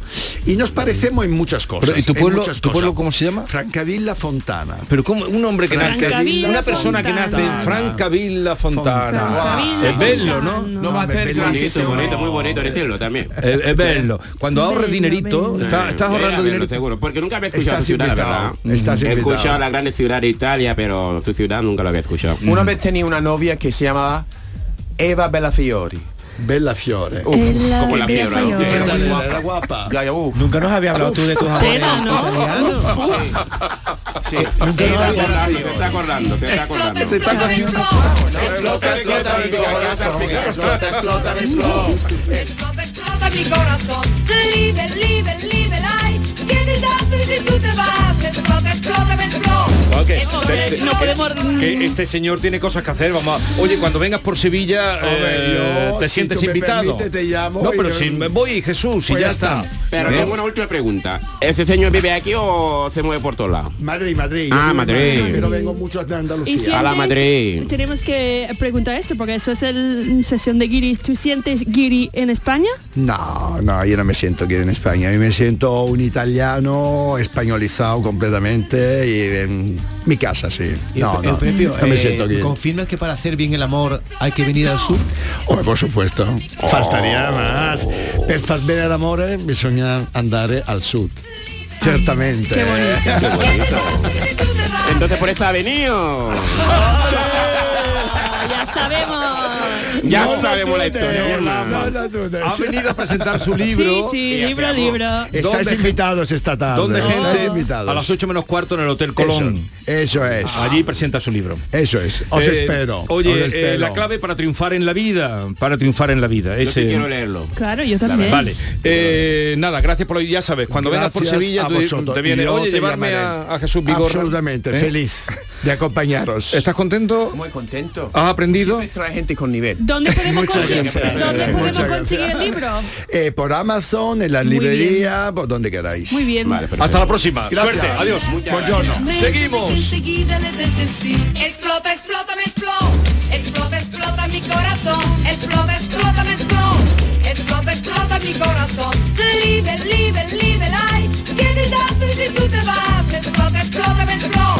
[SPEAKER 6] Y nos parecemos en muchas cosas.
[SPEAKER 1] Pero, ¿y tu
[SPEAKER 6] en
[SPEAKER 1] pueblo-
[SPEAKER 6] muchas
[SPEAKER 1] tu
[SPEAKER 6] cosas.
[SPEAKER 1] pueblo cómo se llama?
[SPEAKER 6] Francavilla Fontana.
[SPEAKER 1] Pero como un hombre que nace,
[SPEAKER 2] Francavilla
[SPEAKER 1] una persona
[SPEAKER 2] Fontana.
[SPEAKER 1] que nace en Francavilla Fontana.
[SPEAKER 2] Francavilla
[SPEAKER 1] Es bello, ¿no?
[SPEAKER 2] Fontana.
[SPEAKER 5] No va a
[SPEAKER 6] me
[SPEAKER 5] hacer
[SPEAKER 6] pela
[SPEAKER 5] gracia.
[SPEAKER 4] Bonito, bonito, muy bonito decirlo también.
[SPEAKER 1] Es, es bello. Cuando ahorres
[SPEAKER 2] Bello,
[SPEAKER 1] dinerito,
[SPEAKER 2] bello.
[SPEAKER 1] está- estás
[SPEAKER 4] Eh, a
[SPEAKER 1] ahorrando
[SPEAKER 4] verlo,
[SPEAKER 1] dinero.
[SPEAKER 4] seguro, porque nunca había escuchado
[SPEAKER 6] Estás
[SPEAKER 4] su ciudad, la
[SPEAKER 6] invitado,
[SPEAKER 4] verdad. Mm.
[SPEAKER 6] estás
[SPEAKER 4] He
[SPEAKER 6] invitado.
[SPEAKER 4] escuchado la gran ciudad de Italia, pero su ciudad nunca la había escuchado.
[SPEAKER 5] Una vez tenía una novia que se llamaba Eva Bellafiori.
[SPEAKER 6] Bella Fiore.
[SPEAKER 5] Uf,
[SPEAKER 4] como la fiebre. ¿no?
[SPEAKER 5] Fiore.
[SPEAKER 6] Era
[SPEAKER 5] era muy
[SPEAKER 6] era
[SPEAKER 5] guapa.
[SPEAKER 6] guapa.
[SPEAKER 5] Ya, ya, uf.
[SPEAKER 3] Nunca nos había hablado tú de tus amores
[SPEAKER 2] Pena, ¿no?
[SPEAKER 3] italianos.
[SPEAKER 5] Sí.
[SPEAKER 3] Nunca nos había
[SPEAKER 4] Se está
[SPEAKER 3] hablado.
[SPEAKER 4] acordando, se está acordando, se está acordando.
[SPEAKER 3] Se está cogiendo un clavo, ¿no? Explota, explota mi corazón. Explota, explota mi corazón.
[SPEAKER 7] Esplota, esplota mi corazón. Liebe, liebe, liebe, lai. Qué desastre si tú te vas. Esplota, esplota, me explota.
[SPEAKER 1] cuidado que,
[SPEAKER 8] Eso no
[SPEAKER 1] que-
[SPEAKER 8] es-
[SPEAKER 1] que-
[SPEAKER 8] no podemos-
[SPEAKER 1] que este señor tiene cosas que hacer. Vamos, a- oye, cuando vengas por Sevilla eh,
[SPEAKER 6] yo,
[SPEAKER 1] te
[SPEAKER 6] si
[SPEAKER 1] sientes
[SPEAKER 6] tú me
[SPEAKER 1] invitado.
[SPEAKER 6] permites, te llamo
[SPEAKER 1] no,
[SPEAKER 6] y
[SPEAKER 1] pero
[SPEAKER 6] yo-
[SPEAKER 1] si me voy, Jesús, y
[SPEAKER 6] Pues ya
[SPEAKER 1] ya está.
[SPEAKER 6] está.
[SPEAKER 4] Pero
[SPEAKER 1] ¿Eh?
[SPEAKER 4] tengo una última pregunta. ¿Ese señor vive aquí o se mueve por todos lados?
[SPEAKER 6] Madrid, Madrid. Yo
[SPEAKER 4] Ah,
[SPEAKER 6] vivo en
[SPEAKER 4] Madrid.
[SPEAKER 6] Pero vengo mucho a Andalucía.
[SPEAKER 2] Y sientes-
[SPEAKER 4] A la Madrid.
[SPEAKER 2] Tenemos que preguntar eso, porque eso es el sesión de guiris. ¿Tú sientes guiri en España?
[SPEAKER 6] No, no, yo no me siento aquí en España. Yo me siento un italiano españolizado completamente y en mi casa, sí.
[SPEAKER 9] Y
[SPEAKER 6] No,
[SPEAKER 9] en- en
[SPEAKER 6] no,
[SPEAKER 9] principio,
[SPEAKER 6] no me
[SPEAKER 9] eh,
[SPEAKER 6] siento aquí.
[SPEAKER 9] ¿Confirmas que para hacer bien el amor hay que venir al sur?
[SPEAKER 6] Oh, por supuesto, Oh. faltaría más. Per far bene l'amore bisogna andare al sud. Certamente.
[SPEAKER 4] Entonces por eso ha venido.
[SPEAKER 2] Ya sabemos.
[SPEAKER 4] Ya
[SPEAKER 6] No lo
[SPEAKER 4] sabemos la
[SPEAKER 6] dudes,
[SPEAKER 4] historia.
[SPEAKER 6] no
[SPEAKER 4] hermano.
[SPEAKER 6] lo dudes.
[SPEAKER 1] Ha venido a presentar su libro.
[SPEAKER 2] sí, sí,
[SPEAKER 4] y
[SPEAKER 2] libro,
[SPEAKER 4] hacemos-
[SPEAKER 2] libro.
[SPEAKER 6] Estáis
[SPEAKER 1] ¿Dónde-
[SPEAKER 6] invitados esta tarde.
[SPEAKER 1] Donde
[SPEAKER 6] estáis
[SPEAKER 1] gente
[SPEAKER 6] invitados.
[SPEAKER 1] a las 8 menos cuarto en el Hotel Colón.
[SPEAKER 6] Eso, eso es.
[SPEAKER 1] Allí presenta su libro.
[SPEAKER 6] Eso es. Os
[SPEAKER 1] Eh,
[SPEAKER 6] espero.
[SPEAKER 1] Oye,
[SPEAKER 6] os
[SPEAKER 1] eh,
[SPEAKER 6] espero.
[SPEAKER 1] la clave para triunfar en la vida, para triunfar en la vida.
[SPEAKER 4] Yo sí
[SPEAKER 1] Ese-
[SPEAKER 4] quiero leerlo.
[SPEAKER 2] Claro, yo también.
[SPEAKER 1] Vale, eh, nada, gracias por hoy. Ya sabes, cuando vengas por
[SPEAKER 6] Gracias
[SPEAKER 1] Sevilla
[SPEAKER 6] a
[SPEAKER 1] tú
[SPEAKER 6] vosotros.
[SPEAKER 1] te viene,
[SPEAKER 6] Y yo
[SPEAKER 1] oye,
[SPEAKER 6] te
[SPEAKER 1] llevarme
[SPEAKER 6] llamaré.
[SPEAKER 1] a, a Jesús ¿Eh? Vigor.
[SPEAKER 6] Absolutamente, feliz de acompañaros.
[SPEAKER 1] ¿Estás contento?
[SPEAKER 5] Muy contento.
[SPEAKER 1] ¿Has aprendido?
[SPEAKER 5] Siempre trae gente con nivel.
[SPEAKER 2] ¿Dónde podemos,
[SPEAKER 6] Muchas
[SPEAKER 2] conseguir,
[SPEAKER 6] gracias.
[SPEAKER 2] ¿dónde
[SPEAKER 6] Muchas
[SPEAKER 2] podemos
[SPEAKER 6] gracias.
[SPEAKER 2] conseguir el libro?
[SPEAKER 6] Eh, por Amazon, en la
[SPEAKER 2] Muy bien.
[SPEAKER 6] librería, por donde queráis.
[SPEAKER 2] Muy bien.
[SPEAKER 4] Vale, perfecto.
[SPEAKER 1] Hasta la próxima. Suerte. Adiós. Pues
[SPEAKER 6] Buongiorno.
[SPEAKER 1] Seguimos.
[SPEAKER 8] Enseguida le des el sí. Explota, explota, me explota. Explota, explota mi corazón. Explota, explota, me explota. Explota, explota mi corazón. Libre, libre, libre, ay. Qué desastre si tú te vas. Explota, explota, me explota.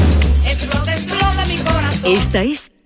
[SPEAKER 8] Explota, explota mi corazón.
[SPEAKER 10] Esta es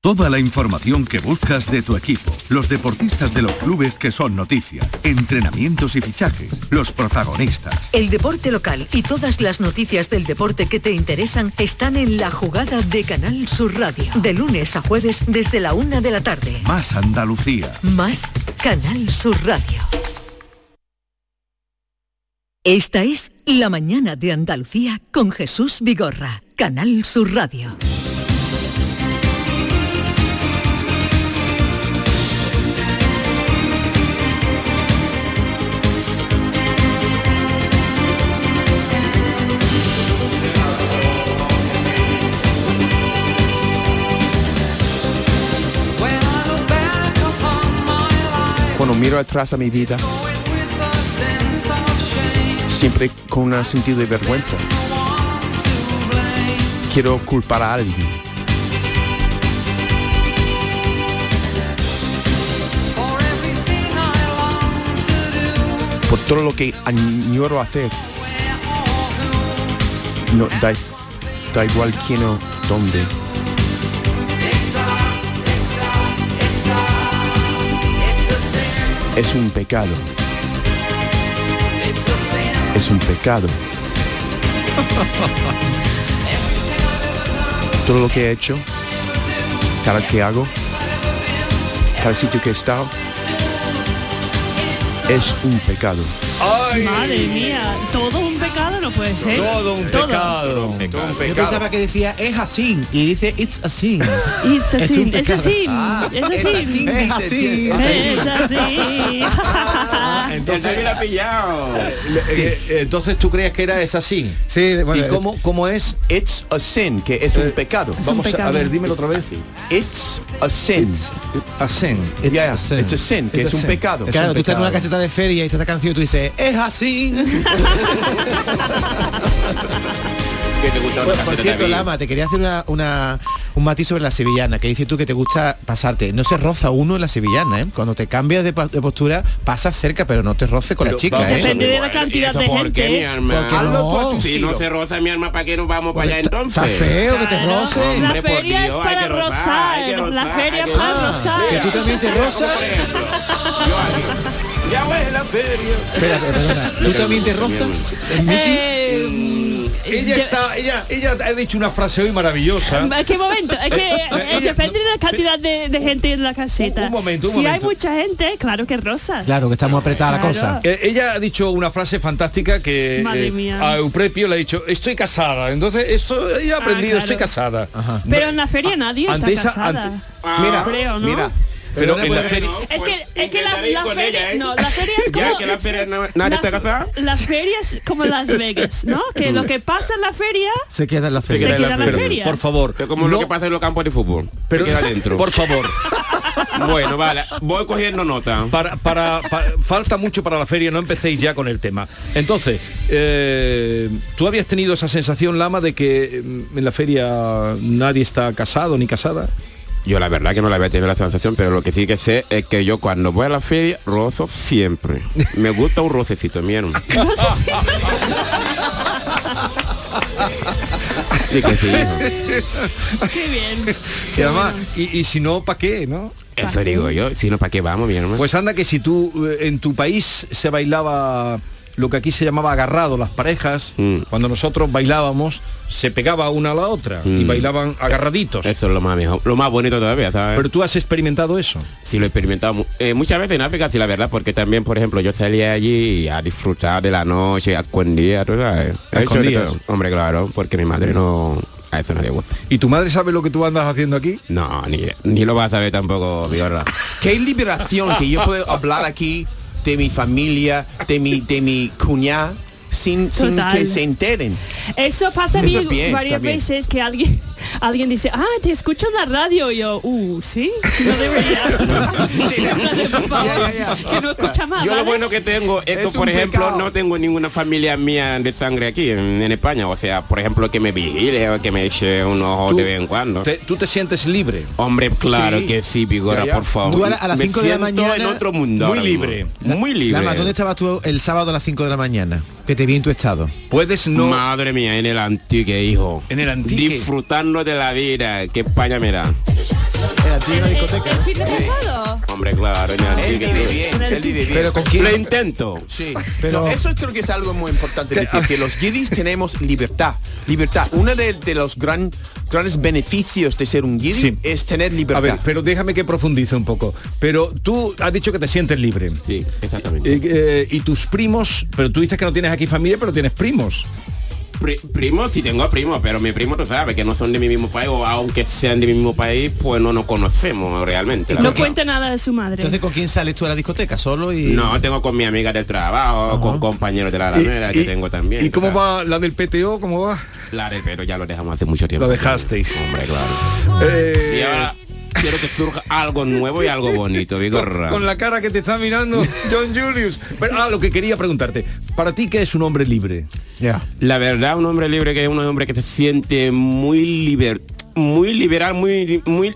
[SPEAKER 11] Toda la información que buscas de tu equipo, los deportistas de los clubes que son noticia, entrenamientos y fichajes, los protagonistas.
[SPEAKER 10] El deporte local y todas las noticias del deporte que te interesan están en la jugada de Canal Sur Radio. De lunes a jueves desde la una de la tarde.
[SPEAKER 11] Más Andalucía.
[SPEAKER 10] Más Canal Sur Radio. Esta es La mañana de Andalucía con Jesús Vigorra, Canal Sur Radio.
[SPEAKER 5] Cuando miro atrás a mi vida, siempre con un sentido de vergüenza. quiero culpar a alguien. Por todo lo que añoro hacer. No, da, da igual quién o dónde. Es un pecado. Es un pecado. Todo lo que he hecho, cada que hago, cada sitio que he estado, es un pecado.
[SPEAKER 2] Madre mía, todo un pecado no puede ser.
[SPEAKER 5] pecado.
[SPEAKER 3] Yo pensaba que decía es así y dice it's a sin.
[SPEAKER 2] It's a sin, es así,
[SPEAKER 3] Ah,
[SPEAKER 2] es así,
[SPEAKER 3] Es así.
[SPEAKER 2] es así.
[SPEAKER 1] Entonces hubiera pillado. eh, entonces tú creías que era es así.
[SPEAKER 3] Sí,
[SPEAKER 1] ¿Y cómo, cómo es?
[SPEAKER 5] It's a sin, que es un pecado.
[SPEAKER 1] Es un Vamos a- pecado. a ver, dímelo otra vez.
[SPEAKER 5] It's a sin.
[SPEAKER 1] a sin.
[SPEAKER 5] It's, a, sin. it's a sin, que
[SPEAKER 3] It's
[SPEAKER 5] es
[SPEAKER 3] a
[SPEAKER 5] un
[SPEAKER 3] sin.
[SPEAKER 5] pecado.
[SPEAKER 3] Claro, tú estás en una caseta de feria y está esta canción y tú dices, es así.
[SPEAKER 4] Que te gusta una
[SPEAKER 3] Por
[SPEAKER 4] caseta
[SPEAKER 3] cierto,
[SPEAKER 4] también.
[SPEAKER 3] Lama, te quería hacer una, una- un matiz sobre la sevillana, que dices tú que te gusta pasarte. No se roza uno en la sevillana, ¿eh? Cuando te cambias de, pa- de postura, pasas cerca, pero no te roces con la chica, ¿eh?
[SPEAKER 4] ¿Por qué, mi alma?
[SPEAKER 3] Porque no.
[SPEAKER 4] si no se roza mi alma, ¿para qué nos vamos para allá entonces?
[SPEAKER 3] Está feo que te roces.
[SPEAKER 4] Hombre, por Dios, hay que rozar, hay que
[SPEAKER 2] La
[SPEAKER 4] rozar,
[SPEAKER 2] feria
[SPEAKER 4] hay
[SPEAKER 2] es
[SPEAKER 4] que
[SPEAKER 2] para
[SPEAKER 4] rozar.
[SPEAKER 2] rozar.
[SPEAKER 3] Que tú también te rozas.
[SPEAKER 4] Ya voy a la feria.
[SPEAKER 3] Espera, perdona. ¿Tú también te rozas?
[SPEAKER 1] Ella está, ella, ella ha dicho una frase hoy maravillosa.
[SPEAKER 2] Es que momento, es que eh,
[SPEAKER 1] Ella-
[SPEAKER 2] depende de la cantidad de, de gente en la caseta.
[SPEAKER 1] Un- un momento, un
[SPEAKER 2] si
[SPEAKER 1] momento.
[SPEAKER 2] hay mucha gente, claro que rosas.
[SPEAKER 3] Claro, que estamos apretada la
[SPEAKER 2] Claro.
[SPEAKER 3] cosa.
[SPEAKER 1] Eh, ella ha dicho una frase fantástica que
[SPEAKER 2] Madre
[SPEAKER 1] eh,
[SPEAKER 2] mía.
[SPEAKER 1] a Euprepio le ha dicho, estoy casada. Entonces, esto ella ha
[SPEAKER 2] Ah,
[SPEAKER 1] aprendido,
[SPEAKER 2] claro.
[SPEAKER 1] estoy casada.
[SPEAKER 2] Pero en la feria nadie
[SPEAKER 1] ante
[SPEAKER 2] está
[SPEAKER 1] esa-
[SPEAKER 2] casada.
[SPEAKER 1] ante-
[SPEAKER 4] Ah,
[SPEAKER 2] Mira, creo, ¿no?
[SPEAKER 1] mira.
[SPEAKER 4] Pero
[SPEAKER 1] Perdona,
[SPEAKER 4] en la
[SPEAKER 1] pues,
[SPEAKER 4] feria...
[SPEAKER 2] Es que, es que la,
[SPEAKER 4] intentaré ir
[SPEAKER 2] la
[SPEAKER 4] con
[SPEAKER 2] feria,
[SPEAKER 4] ella, ¿eh?
[SPEAKER 2] no, la feria es como...
[SPEAKER 4] Ya que la feria no,
[SPEAKER 2] la
[SPEAKER 4] nadie está
[SPEAKER 2] f-
[SPEAKER 4] casada.
[SPEAKER 2] la feria es como Las Vegas, ¿no? Que lo que pasa en la feria...
[SPEAKER 3] Se queda en la
[SPEAKER 2] feria. Se queda en la feria.
[SPEAKER 1] Por favor.
[SPEAKER 4] como lo que pasa en los campos de fútbol.
[SPEAKER 1] Pero-
[SPEAKER 4] Se queda dentro.
[SPEAKER 1] Por favor.
[SPEAKER 4] Bueno, vale. Voy cogiendo nota.
[SPEAKER 1] Para, para- para- falta mucho para la feria, no empecéis ya con el tema. Entonces, eh, tú habías tenido esa sensación, Lama, de que mm, en la feria nadie está casado ni casada.
[SPEAKER 4] Yo la verdad que no la había tenido la sensación, pero lo que sí que sé es que yo cuando voy a la feria rozo siempre. Me gusta un rocecito, mi hermano. Sí que sí, hijo.
[SPEAKER 2] Qué bien.
[SPEAKER 1] Y además, y, y si no, ¿para qué, no?
[SPEAKER 4] Eso digo yo, si no, ¿para qué vamos, mi hermano?
[SPEAKER 1] Pues anda que si tú eh, en tu país se bailaba lo que aquí se llamaba agarrado, las parejas,
[SPEAKER 4] Mm.
[SPEAKER 1] cuando nosotros bailábamos, se pegaba una a la otra y
[SPEAKER 4] Mm.
[SPEAKER 1] bailaban agarraditos.
[SPEAKER 4] Eso es lo más mejor, lo más bonito todavía, ¿sabes?
[SPEAKER 1] Pero tú has experimentado eso.
[SPEAKER 4] Sí, lo he experimentado mu- eh, muchas veces en África, sí, la verdad, porque también, por ejemplo, yo salía allí a disfrutar de la noche, a escondidas, ¿tú sabes?
[SPEAKER 1] A
[SPEAKER 4] He hecho de
[SPEAKER 1] escondidas.
[SPEAKER 4] todo. Hombre, claro, porque mi madre no... A eso no le gusta.
[SPEAKER 1] ¿Y tu madre sabe lo que tú andas haciendo aquí?
[SPEAKER 4] No, ni, ni lo vas a saber tampoco, Biorra.
[SPEAKER 5] Qué liberación que yo puedo hablar aquí de mi familia, de mi, de mi cuñada, sin, sin
[SPEAKER 2] Total.
[SPEAKER 5] que se enteren.
[SPEAKER 2] Eso pasa a mí
[SPEAKER 5] Eso es bien,
[SPEAKER 2] varias
[SPEAKER 5] está bien.
[SPEAKER 2] veces que alguien alguien dice, ah, te escucho en la radio. Y yo, uh, sí, no debería. Por favor, que no escucha más.
[SPEAKER 4] Yo lo
[SPEAKER 2] ¿vale?
[SPEAKER 4] bueno que tengo es, que, por ejemplo, no tengo ninguna familia mía de sangre aquí en, en España. O sea, por ejemplo, que me vigile o que me eche un ojo de vez en cuando.
[SPEAKER 1] Te- tú te sientes libre.
[SPEAKER 4] Hombre, claro
[SPEAKER 1] Sí.
[SPEAKER 4] que sí, Vigora,
[SPEAKER 1] Ya, ya.
[SPEAKER 4] por favor.
[SPEAKER 3] Tú a la- a las
[SPEAKER 4] Me
[SPEAKER 3] cinco de la
[SPEAKER 4] siento en
[SPEAKER 3] mañana-
[SPEAKER 4] otro mundo.
[SPEAKER 1] Muy
[SPEAKER 4] ahora mismo.
[SPEAKER 1] libre.
[SPEAKER 4] Muy libre.
[SPEAKER 3] Lama, ¿dónde estabas tú el sábado a las 5 de la mañana? Que te vi en tu estado.
[SPEAKER 1] Puedes no...
[SPEAKER 4] Madre mía, en el antique, hijo.
[SPEAKER 1] En el antique.
[SPEAKER 4] Disfrutando de la vida. Que España me da.
[SPEAKER 2] ¿El fin de pasado?
[SPEAKER 4] Hombre, claro, en el
[SPEAKER 5] Él
[SPEAKER 4] antique.
[SPEAKER 5] vive
[SPEAKER 4] tú.
[SPEAKER 5] bien, él vive bien.
[SPEAKER 3] Pero con quién.
[SPEAKER 4] Lo intento.
[SPEAKER 5] Sí,
[SPEAKER 3] Pero-
[SPEAKER 5] pero eso creo que es algo muy importante decir,
[SPEAKER 1] ah.
[SPEAKER 5] que los guiris tenemos libertad, libertad. Uno de, de los gran, grandes beneficios de ser un guiri
[SPEAKER 1] Sí.
[SPEAKER 5] es tener
[SPEAKER 1] A
[SPEAKER 5] libertad.
[SPEAKER 1] ver, pero déjame que profundice un poco. Pero tú has dicho que te sientes libre.
[SPEAKER 4] Sí, exactamente.
[SPEAKER 1] Eh, eh, y tus primos, pero tú dices que no tienes aquí familia, pero tienes primos.
[SPEAKER 4] Pri- primo, sí tengo primos, pero mi primo no sabe que no son de mi mismo país, o aunque sean de mi mismo país, pues no nos conocemos realmente. la
[SPEAKER 2] No
[SPEAKER 4] verdad.
[SPEAKER 2] cuenta nada de su madre.
[SPEAKER 3] Entonces, ¿con quién sales tú a la discoteca? ¿Solo y...?
[SPEAKER 4] No, tengo con mi amiga del trabajo, con compañeros de la Alameda que tengo también.
[SPEAKER 1] ¿Y cómo
[SPEAKER 4] claro.
[SPEAKER 1] va la del PTO? ¿Cómo va?
[SPEAKER 4] La del pero ya lo dejamos hace mucho tiempo.
[SPEAKER 1] Lo dejasteis.
[SPEAKER 4] Hombre, claro.
[SPEAKER 1] Eh,
[SPEAKER 4] Y ahora, quiero que surja algo nuevo y algo bonito, Vigorra.
[SPEAKER 1] Con la cara que te está mirando John Julius. Pero, ah, lo que quería preguntarte. ¿Para ti qué es un hombre libre?
[SPEAKER 4] La verdad, un hombre libre que es un hombre que se siente muy liber, muy liberal, muy, muy.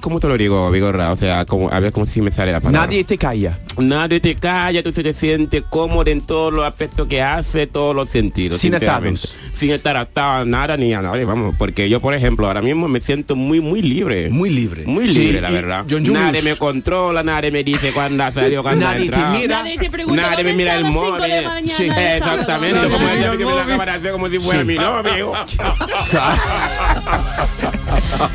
[SPEAKER 4] ¿Cómo te lo digo, Vigorra? O sea, como, a ver cómo si me sale la palabra.
[SPEAKER 5] Nadie te calla.
[SPEAKER 4] Nadie te calla, tú se te sientes cómodo en todos los aspectos que hace, todos los sentidos.
[SPEAKER 5] Sin
[SPEAKER 4] sinceramente. Sin estar atado a nada ni a nadie, vamos, porque yo, por ejemplo, ahora mismo me siento muy, muy libre.
[SPEAKER 1] Muy libre.
[SPEAKER 4] Muy
[SPEAKER 1] Sí,
[SPEAKER 4] libre, la
[SPEAKER 1] y
[SPEAKER 4] verdad.
[SPEAKER 1] John Julius-
[SPEAKER 4] nadie me controla, nadie me dice cuándo ha salido, cuándo ha
[SPEAKER 5] Nadie te
[SPEAKER 4] entrado.
[SPEAKER 5] mira.
[SPEAKER 2] Nadie te pregunta
[SPEAKER 4] Nadie me
[SPEAKER 2] dónde
[SPEAKER 4] mira
[SPEAKER 2] está
[SPEAKER 4] el
[SPEAKER 2] a las cinco de
[SPEAKER 4] móvil.
[SPEAKER 2] la mañana
[SPEAKER 4] Sí.
[SPEAKER 2] del sábado.
[SPEAKER 4] Exactamente, como
[SPEAKER 2] Sí.
[SPEAKER 4] ella que me la acaba de hacer como si fuera
[SPEAKER 5] Sí.
[SPEAKER 4] mi novio.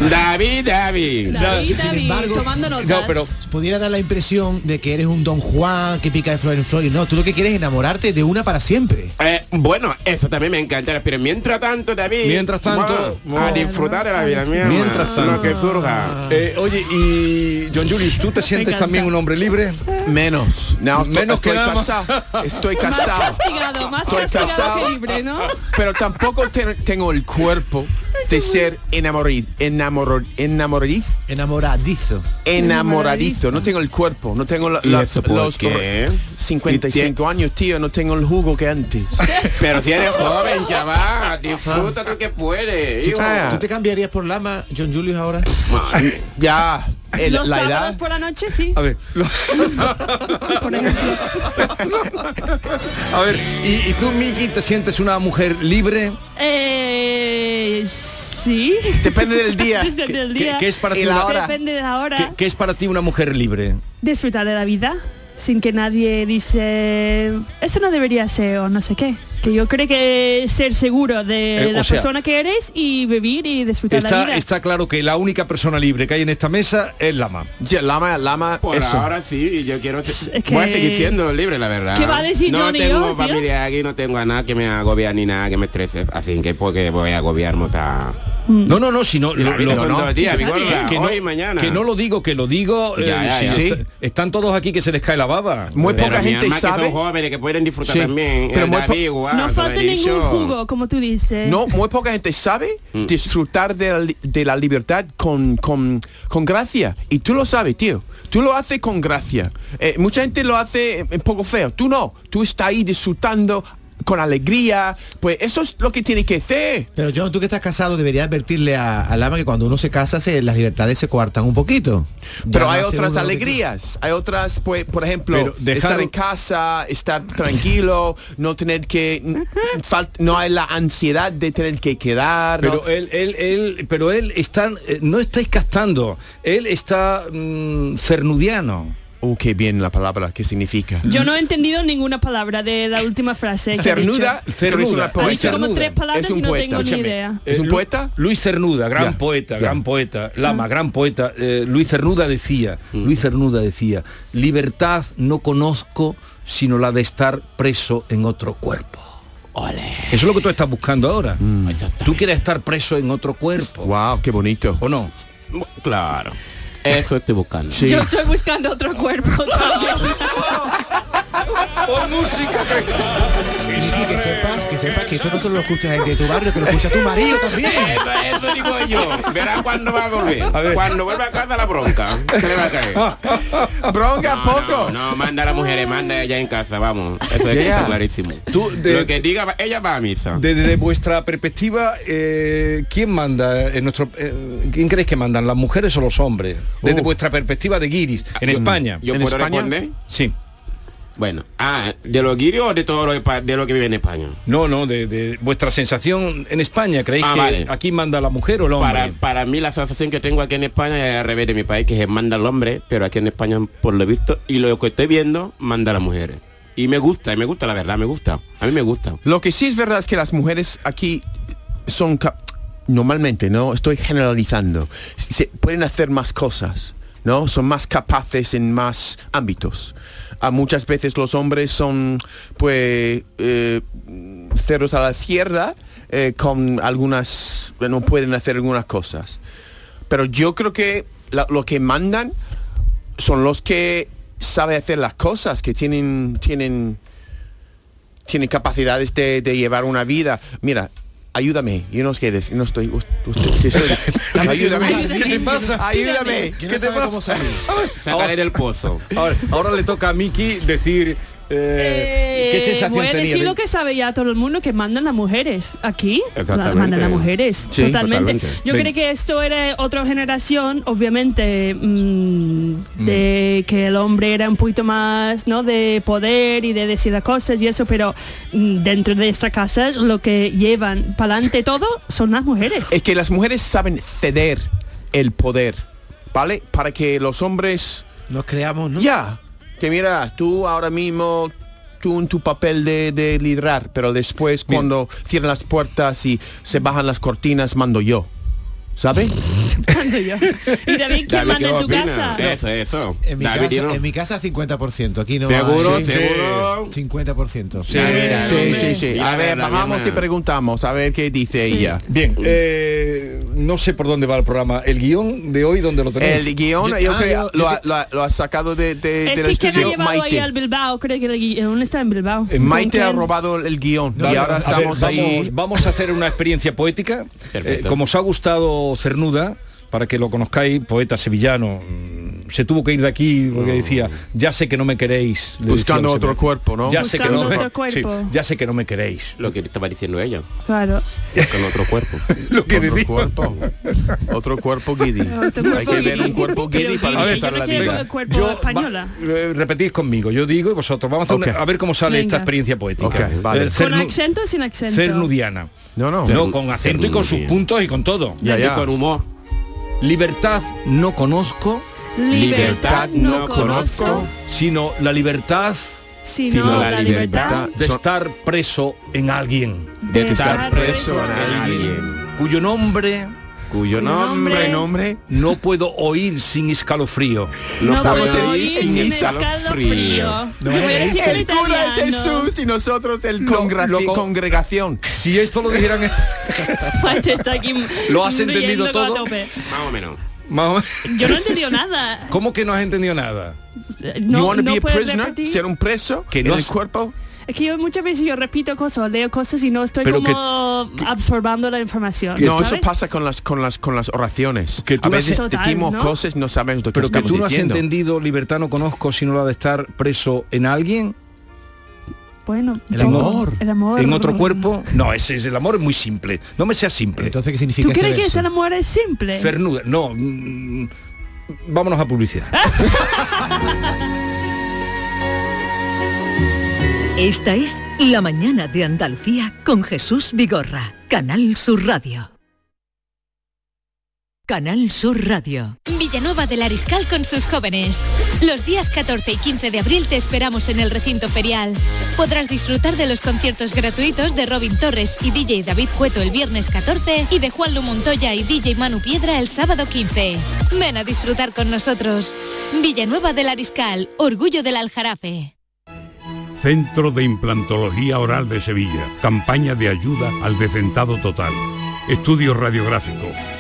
[SPEAKER 4] David, David.
[SPEAKER 2] David,
[SPEAKER 3] Sin
[SPEAKER 2] David,
[SPEAKER 3] embargo-
[SPEAKER 2] tomando notas.
[SPEAKER 3] pudiera dar la impresión de que eres un Don Juan que pica de flor en flor y no, tú lo que quieres es enamorarte de una para siempre.
[SPEAKER 4] Eh, bueno, eso también me encantará, pero mientras tanto, David.
[SPEAKER 1] Mientras tanto,
[SPEAKER 4] bueno, a disfrutar de la vida mía.
[SPEAKER 1] Mientras
[SPEAKER 4] Lo que surja.
[SPEAKER 1] Eh, oye, y John Julius, ¿tú te sientes también un hombre libre?
[SPEAKER 5] Menos. No, estoy-
[SPEAKER 1] Menos que
[SPEAKER 5] estoy
[SPEAKER 1] nada más.
[SPEAKER 5] casado. Estoy
[SPEAKER 2] Más
[SPEAKER 5] casado.
[SPEAKER 2] castigado, más
[SPEAKER 5] Estoy
[SPEAKER 2] castigado
[SPEAKER 5] casado.
[SPEAKER 2] que libre, ¿no?
[SPEAKER 5] Pero tampoco ten- tengo el cuerpo de ser enamoriz, enamoror, enamoriz,
[SPEAKER 3] Enamoradizo.
[SPEAKER 5] enamoradizo. No tengo el cuerpo, no tengo la-
[SPEAKER 4] ¿Y
[SPEAKER 5] la-
[SPEAKER 4] eso por
[SPEAKER 5] los
[SPEAKER 4] qué?
[SPEAKER 5] 55 años, tío, no tengo el jugo que antes.
[SPEAKER 4] Pero si eres joven, chaval, disfruta tú que puedes. hijo.
[SPEAKER 3] ¿Tú te cambiarías por Lama, John Julius, ahora?
[SPEAKER 5] ya, el-
[SPEAKER 2] Los
[SPEAKER 5] Eh, la
[SPEAKER 2] sábados
[SPEAKER 5] edad.
[SPEAKER 2] por la noche, sí.
[SPEAKER 1] A ver, lo-
[SPEAKER 2] Por ejemplo.
[SPEAKER 1] a ver, ¿y, y tú, Miki, te sientes una mujer libre?
[SPEAKER 2] Eh, sí.
[SPEAKER 5] Depende del día.
[SPEAKER 2] Depende del
[SPEAKER 1] ¿Qué-
[SPEAKER 2] día.
[SPEAKER 1] qué es para
[SPEAKER 5] Y
[SPEAKER 1] ti?
[SPEAKER 5] la
[SPEAKER 1] una-
[SPEAKER 5] hora.
[SPEAKER 2] Depende de la hora.
[SPEAKER 1] ¿Qué, qué es para ti una mujer libre?
[SPEAKER 2] Disfrutar de la vida sin que nadie dice eso no debería ser o no sé qué. Que yo creo que ser seguro de
[SPEAKER 1] Eh, o
[SPEAKER 2] la
[SPEAKER 1] sea,
[SPEAKER 2] persona que eres y vivir y disfrutar la
[SPEAKER 1] Está,
[SPEAKER 2] vida.
[SPEAKER 1] está claro que la única persona libre que hay en esta mesa es Lama.
[SPEAKER 5] Ya, Lama, lama,
[SPEAKER 4] Por
[SPEAKER 5] eso.
[SPEAKER 4] pues ahora sí, y yo quiero... ser-
[SPEAKER 2] Es que-
[SPEAKER 4] Voy a seguir siendo libre, la verdad.
[SPEAKER 2] ¿Qué va a decir
[SPEAKER 4] No
[SPEAKER 2] Johnny
[SPEAKER 4] tengo
[SPEAKER 2] yo, tío?
[SPEAKER 4] familia aquí, no tengo a nada que me agobie ni nada que me estrese. Así que porque voy a agobiarme ta-
[SPEAKER 1] No, no, no, sino
[SPEAKER 4] La vida son
[SPEAKER 1] no,
[SPEAKER 4] dos días, mi gorda,
[SPEAKER 1] que, no,
[SPEAKER 4] hoy y mañana.
[SPEAKER 1] que no lo digo, que lo digo.
[SPEAKER 4] Ya,
[SPEAKER 1] eh,
[SPEAKER 4] ya,
[SPEAKER 1] si
[SPEAKER 4] ya.
[SPEAKER 1] est-
[SPEAKER 5] Sí.
[SPEAKER 1] Están todos aquí que se les cae la baba.
[SPEAKER 5] Muy
[SPEAKER 4] Pero
[SPEAKER 5] poca
[SPEAKER 4] mi
[SPEAKER 5] gente
[SPEAKER 4] alma,
[SPEAKER 5] sabe.
[SPEAKER 4] Que son jóvenes que pueden disfrutar
[SPEAKER 5] Sí.
[SPEAKER 4] también.
[SPEAKER 5] Pero
[SPEAKER 4] El
[SPEAKER 5] muy po-
[SPEAKER 4] David, guau,
[SPEAKER 2] no
[SPEAKER 4] te lo he
[SPEAKER 2] falta ningún
[SPEAKER 4] dicho.
[SPEAKER 2] jugo, como tú dices.
[SPEAKER 5] No, muy poca gente sabe
[SPEAKER 4] Mm.
[SPEAKER 5] disfrutar de la, li- de la libertad con, con, con gracia. Y tú lo sabes, tío. Tú lo haces con gracia. Eh, mucha gente lo hace eh, un poco feo. Tú no. Tú estás ahí disfrutando con alegría. Pues eso es lo que tienes que hacer.
[SPEAKER 3] Pero John, tú que estás casado, deberías advertirle a, a Lama que cuando uno se casa, se, las libertades se coartan un poquito. Ya
[SPEAKER 5] Pero
[SPEAKER 3] no
[SPEAKER 5] hay
[SPEAKER 3] hace uno lo
[SPEAKER 5] otras
[SPEAKER 3] que-
[SPEAKER 5] alegrías, hay otras, pues, por ejemplo,
[SPEAKER 1] Pero dejar-
[SPEAKER 5] estar en casa, estar tranquilo, no tener que, fal- no hay la ansiedad de tener que quedar. ¿no?
[SPEAKER 1] Pero él, él, él, pero él está, eh, no estáis castando, él está mm, cernudiano.
[SPEAKER 5] Oh, qué bien la palabra, ¿qué significa?
[SPEAKER 2] Yo no he entendido ninguna palabra de la última frase. que ha dicho.
[SPEAKER 5] Cernuda,
[SPEAKER 1] dicho.
[SPEAKER 5] pero es
[SPEAKER 1] Cernuda.
[SPEAKER 5] una
[SPEAKER 1] Ha
[SPEAKER 2] Ha
[SPEAKER 5] poeta.
[SPEAKER 2] dicho como
[SPEAKER 1] Cernuda.
[SPEAKER 2] tres palabras
[SPEAKER 5] Es un
[SPEAKER 2] y no
[SPEAKER 5] poeta.
[SPEAKER 2] tengo ni
[SPEAKER 5] Escúchame.
[SPEAKER 2] idea.
[SPEAKER 5] ¿Es
[SPEAKER 1] Eh,
[SPEAKER 5] un
[SPEAKER 1] Lu- Ah.
[SPEAKER 5] poeta?
[SPEAKER 1] Luis Cernuda, gran
[SPEAKER 5] Ya,
[SPEAKER 1] poeta,
[SPEAKER 5] ya.
[SPEAKER 1] gran poeta, Lama, gran poeta. eh, Luis Cernuda decía,
[SPEAKER 5] Mm.
[SPEAKER 1] Luis Cernuda decía, libertad no conozco sino la de estar preso en otro cuerpo. Eso es lo que tú estás buscando ahora. Tú quieres estar preso en otro cuerpo,
[SPEAKER 5] Wow, Mm. qué bonito.
[SPEAKER 1] ¿o no?
[SPEAKER 4] Bu- Claro. Eso estoy buscando.
[SPEAKER 2] Yo estoy buscando otro cuerpo también.
[SPEAKER 3] Miki, que sepas, que sepas que esto no solo lo escucha la gente de tu barrio, que lo escucha tu marido también.
[SPEAKER 4] Eso, eso digo yo. Verá cuándo va a volver.
[SPEAKER 1] ver.
[SPEAKER 4] Cuando vuelva a casa la bronca. ¿Qué le va a caer?
[SPEAKER 5] Bronca poco.
[SPEAKER 4] No, no, manda a las mujeres, manda ella en casa, vamos. Eso es
[SPEAKER 5] Yeah.
[SPEAKER 4] clarísimo.
[SPEAKER 1] Tú, de-
[SPEAKER 4] Lo que diga, va- ella va a misa.
[SPEAKER 1] Desde vuestra perspectiva, eh, ¿quién manda en nuestro, eh, quién creéis que mandan, las mujeres o los hombres? Desde
[SPEAKER 5] Uh.
[SPEAKER 1] vuestra perspectiva de Guiris, en España.
[SPEAKER 4] ¿Yo
[SPEAKER 5] ¿En
[SPEAKER 4] puedo
[SPEAKER 5] España?
[SPEAKER 4] responder?
[SPEAKER 1] Sí.
[SPEAKER 4] Bueno, ah, ¿de los guirios o de todo lo, de pa- de lo que vive en España?
[SPEAKER 1] No, no, de, de vuestra sensación en España, ¿creéis
[SPEAKER 4] Ah,
[SPEAKER 1] que
[SPEAKER 4] vale.
[SPEAKER 1] aquí manda la mujer o el hombre?
[SPEAKER 4] Para, para mí la sensación que tengo aquí en España es al revés de mi país, que se manda al hombre, pero aquí en España, por lo visto, y lo que estoy viendo, manda a las mujeres. Y me gusta, y me gusta, la verdad, me gusta. A mí me gusta.
[SPEAKER 5] Lo que sí es verdad es que las mujeres aquí son cap- normalmente, no estoy generalizando, se pueden hacer más cosas, ¿no? Son más capaces en más ámbitos. A muchas veces los hombres son pues eh, cerros a la izquierda eh, con algunas eh, no pueden hacer algunas cosas. Pero yo creo que la- lo que mandan son los que saben hacer las cosas, que tienen tienen tienen capacidades de, de llevar una vida. Mira, ayúdame. Y no es que decir, no estoy... ust- usted- sí, estoy-
[SPEAKER 3] ¿Qué te pasa?
[SPEAKER 5] Ayúdame.
[SPEAKER 3] Que no
[SPEAKER 5] ¿Qué te
[SPEAKER 3] sabe
[SPEAKER 5] pasa?
[SPEAKER 3] cómo salir.
[SPEAKER 4] Sácale del pozo.
[SPEAKER 1] Ahora, ahora le toca a Miki decir eh, qué sensación
[SPEAKER 2] voy a
[SPEAKER 1] tenía.
[SPEAKER 2] decir
[SPEAKER 1] de-
[SPEAKER 2] lo que sabe ya todo el mundo, que mandan a mujeres. Aquí
[SPEAKER 4] Exactamente.
[SPEAKER 2] mandan a mujeres.
[SPEAKER 4] Sí,
[SPEAKER 2] totalmente.
[SPEAKER 4] totalmente.
[SPEAKER 2] Yo
[SPEAKER 1] Ven.
[SPEAKER 2] creo que esto era otra generación, obviamente, mm, de que el hombre era un poquito más ¿no? de poder y de decir las cosas y eso, pero mm, dentro de estas casas lo que llevan para adelante todo son las mujeres.
[SPEAKER 5] es que las mujeres saben ceder el poder, ¿vale? Para que los hombres,
[SPEAKER 3] Nos creamos, ¿no?
[SPEAKER 5] ya, que mira, tú ahora mismo, tú en tu papel de, de liderar, pero después cuando cierran las puertas y se bajan las cortinas, mando yo. ¿Sabes?
[SPEAKER 2] Mando yo. Y David, ¿quién
[SPEAKER 4] David, ¿qué
[SPEAKER 2] manda en tu
[SPEAKER 4] opina?
[SPEAKER 2] casa?
[SPEAKER 4] Eso, eso.
[SPEAKER 3] En mi,
[SPEAKER 4] David,
[SPEAKER 3] casa,
[SPEAKER 4] ¿no?
[SPEAKER 3] en mi casa 50%, aquí no
[SPEAKER 4] Seguro,
[SPEAKER 3] hay-
[SPEAKER 4] seguro.
[SPEAKER 3] 50%.
[SPEAKER 5] Sí, sí, sí.
[SPEAKER 4] Ya
[SPEAKER 5] A ver,
[SPEAKER 4] verá, ya
[SPEAKER 5] bajamos y
[SPEAKER 4] verá.
[SPEAKER 5] preguntamos, a ver qué dice ella.
[SPEAKER 1] Bien, eh, no sé por dónde va el programa. El guión de hoy, ¿dónde lo tenemos?
[SPEAKER 5] El guión,
[SPEAKER 3] Yo-
[SPEAKER 5] yo,
[SPEAKER 3] ah,
[SPEAKER 5] creo
[SPEAKER 3] yo-
[SPEAKER 5] lo,
[SPEAKER 3] yo
[SPEAKER 5] ha-
[SPEAKER 3] te-
[SPEAKER 5] lo, ha- lo ha sacado de, de-
[SPEAKER 2] Es que
[SPEAKER 5] del
[SPEAKER 2] ¿quién ha
[SPEAKER 5] estudio
[SPEAKER 2] llevado ahí al
[SPEAKER 5] Maite.
[SPEAKER 2] Bilbao? Creo que el guión está en Bilbao. ¿Con
[SPEAKER 5] Maite ha
[SPEAKER 2] quién?
[SPEAKER 5] robado el guión y
[SPEAKER 1] Dale,
[SPEAKER 5] ahora
[SPEAKER 1] a ver,
[SPEAKER 5] estamos
[SPEAKER 1] vamos,
[SPEAKER 5] ahí.
[SPEAKER 1] Vamos a hacer una experiencia poética.
[SPEAKER 4] Perfecto.
[SPEAKER 1] Eh, como os ha gustado Cernuda, para que lo conozcáis, poeta sevillano, mm, se tuvo que ir de aquí porque
[SPEAKER 4] Oh.
[SPEAKER 1] decía, ya sé que no me queréis. le
[SPEAKER 5] Buscando
[SPEAKER 1] decía,
[SPEAKER 5] otro
[SPEAKER 1] se-
[SPEAKER 5] cuerpo, ¿no?
[SPEAKER 1] Ya sé, que no
[SPEAKER 2] Buscando
[SPEAKER 1] me,
[SPEAKER 2] otro
[SPEAKER 1] sí,
[SPEAKER 2] cuerpo.
[SPEAKER 1] ya sé que no me queréis.
[SPEAKER 4] Lo que estaba diciendo ella,
[SPEAKER 2] Claro.
[SPEAKER 4] con otro cuerpo.
[SPEAKER 1] Lo que
[SPEAKER 5] otro
[SPEAKER 1] decía.
[SPEAKER 5] cuerpo. Otro cuerpo guidi.
[SPEAKER 2] Otro
[SPEAKER 5] Hay
[SPEAKER 2] cuerpo
[SPEAKER 5] que ver
[SPEAKER 2] guidi.
[SPEAKER 5] un cuerpo
[SPEAKER 2] Pero
[SPEAKER 5] guidi para
[SPEAKER 2] guidi,
[SPEAKER 5] disfrutar
[SPEAKER 2] yo no
[SPEAKER 5] la
[SPEAKER 2] quiero
[SPEAKER 5] vida.
[SPEAKER 2] el cuerpo
[SPEAKER 1] Yo-
[SPEAKER 2] española.
[SPEAKER 1] va- eh, repetís conmigo, yo digo y vosotros. Vamos a, hacer una-
[SPEAKER 5] Ok.
[SPEAKER 1] a ver cómo sale esta
[SPEAKER 2] Venga.
[SPEAKER 1] experiencia poética.
[SPEAKER 5] Ok, vale.
[SPEAKER 1] Eh,
[SPEAKER 2] ¿Con
[SPEAKER 1] Cernu-
[SPEAKER 2] acento o sin acento?
[SPEAKER 1] Cernudiana.
[SPEAKER 5] No, no.
[SPEAKER 1] No, con acento y con sus
[SPEAKER 4] Cernudiana.
[SPEAKER 1] puntos y con todo.
[SPEAKER 5] Ya, ya.
[SPEAKER 4] Y con humor.
[SPEAKER 1] Libertad no conozco,
[SPEAKER 2] Libertad no conozco,
[SPEAKER 1] sino la libertad
[SPEAKER 2] sino la libertad
[SPEAKER 1] de estar preso en alguien,
[SPEAKER 2] de estar
[SPEAKER 5] preso
[SPEAKER 2] preso
[SPEAKER 5] en alguien.
[SPEAKER 1] cuyo nombre
[SPEAKER 4] Cuyo
[SPEAKER 2] nombre
[SPEAKER 4] nombre,
[SPEAKER 5] Nombre.
[SPEAKER 1] no puedo oír sin escalofrío.
[SPEAKER 2] No estamos
[SPEAKER 4] puedo
[SPEAKER 2] oír sin escalofrío. Te voy a decir en
[SPEAKER 5] El cura es
[SPEAKER 2] italiano.
[SPEAKER 5] Jesús y nosotros el
[SPEAKER 1] Lo-
[SPEAKER 5] congra-
[SPEAKER 1] lo-
[SPEAKER 5] congregación.
[SPEAKER 1] Si esto lo dijeran en-
[SPEAKER 2] Te está aquí
[SPEAKER 1] ¿Lo has entendido
[SPEAKER 2] riendo con
[SPEAKER 1] todo?
[SPEAKER 2] la tope.
[SPEAKER 4] Más o menos.
[SPEAKER 1] más o menos-
[SPEAKER 2] Yo no he entendido nada.
[SPEAKER 1] ¿Cómo que no has entendido nada?
[SPEAKER 5] you
[SPEAKER 2] Eh, No,
[SPEAKER 5] wanna
[SPEAKER 2] no
[SPEAKER 5] be a
[SPEAKER 2] puedes
[SPEAKER 5] prisoner?
[SPEAKER 2] repetir.
[SPEAKER 5] Ser un preso
[SPEAKER 1] Que
[SPEAKER 5] que
[SPEAKER 1] no
[SPEAKER 5] no en el
[SPEAKER 1] has-
[SPEAKER 5] cuerpo.
[SPEAKER 2] Es que yo muchas veces yo repito cosas, leo cosas y no estoy
[SPEAKER 1] Pero que-
[SPEAKER 2] como absorbando la información.
[SPEAKER 5] No, eso
[SPEAKER 2] ¿sabes?
[SPEAKER 5] pasa con las con las con las oraciones.
[SPEAKER 1] Que tú
[SPEAKER 5] a
[SPEAKER 1] no
[SPEAKER 5] veces
[SPEAKER 2] has-
[SPEAKER 5] decimos
[SPEAKER 2] Total, ¿no?
[SPEAKER 5] cosas no sabemos lo que
[SPEAKER 1] Pero que
[SPEAKER 5] estamos
[SPEAKER 1] tú no has
[SPEAKER 5] diciendo.
[SPEAKER 1] entendido libertad no conozco, sino la de estar preso en alguien,
[SPEAKER 2] Bueno,
[SPEAKER 3] El
[SPEAKER 2] todo.
[SPEAKER 3] amor.
[SPEAKER 2] El amor.
[SPEAKER 1] en otro cuerpo. No, ese es el amor es muy simple. No me sea simple.
[SPEAKER 3] Entonces, ¿qué significa
[SPEAKER 2] ¿Tú
[SPEAKER 3] ese
[SPEAKER 2] crees que
[SPEAKER 3] verso?
[SPEAKER 2] ese amor es simple?
[SPEAKER 1] Cernuda, no. mm, vámonos a publicidad.
[SPEAKER 10] Esta es La mañana de Andalucía con Jesús Vigorra, Canal Sur Radio. Canal Sur Radio.
[SPEAKER 7] Villanova del Ariscal con sus jóvenes. Los días 14 y 15 de abril te esperamos en el recinto ferial. Podrás disfrutar de los conciertos gratuitos de Robin Torres y DJ David Cueto el viernes 14 y de Juan Lu Montoya y DJ Manu Piedra el sábado 15. Ven a disfrutar con nosotros. Villanueva del Ariscal, orgullo del Aljarafe.
[SPEAKER 12] Centro de Implantología Oral de Sevilla. Campaña de ayuda al decentado total. Estudio radiográfico,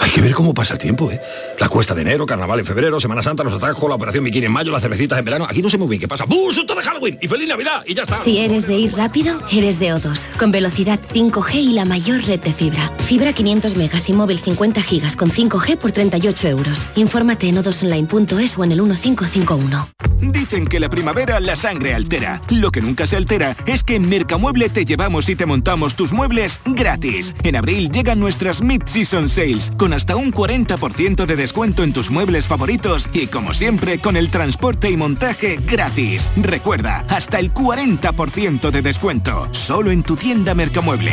[SPEAKER 11] Hay que ver cómo pasa el tiempo, ¿eh? La cuesta de enero, carnaval en febrero, Semana Santa, los atajos, la operación bikini en mayo, las cervecitas en verano. Aquí no sé muy bien qué pasa. ¡Buu! ¡Susto de Halloween! ¡Y feliz Navidad! ¡Y ya está!
[SPEAKER 7] Si eres de ir rápido, eres de O2, con velocidad 5G y la mayor red de fibra. Fibra 500 megas y móvil 50 gigas con 5G por 38 euros. Infórmate en o2online.es o en el 1551.
[SPEAKER 13] Dicen que la primavera la sangre altera. Lo que nunca se altera es que en Mercamueble te llevamos y te montamos tus muebles gratis. En abril llegan nuestras Mid-Season Sales con hasta un 40% de descuento en tus muebles favoritos y como siempre con el transporte y montaje gratis. Recuerda, hasta el 40% de descuento solo en tu tienda Mercamueble.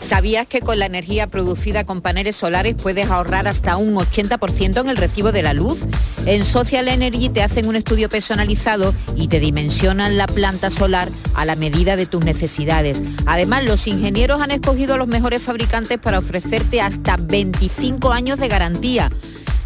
[SPEAKER 14] ¿Sabías que con la energía producida con paneles solares puedes ahorrar hasta un 80% en el recibo de la luz? En Social Energy te hacen un estudio personalizado y te dimensionan la planta solar a la medida de tus necesidades. Además, los ingenieros han escogido a los mejores fabricantes para ofrecerte hasta 25 años de garantía.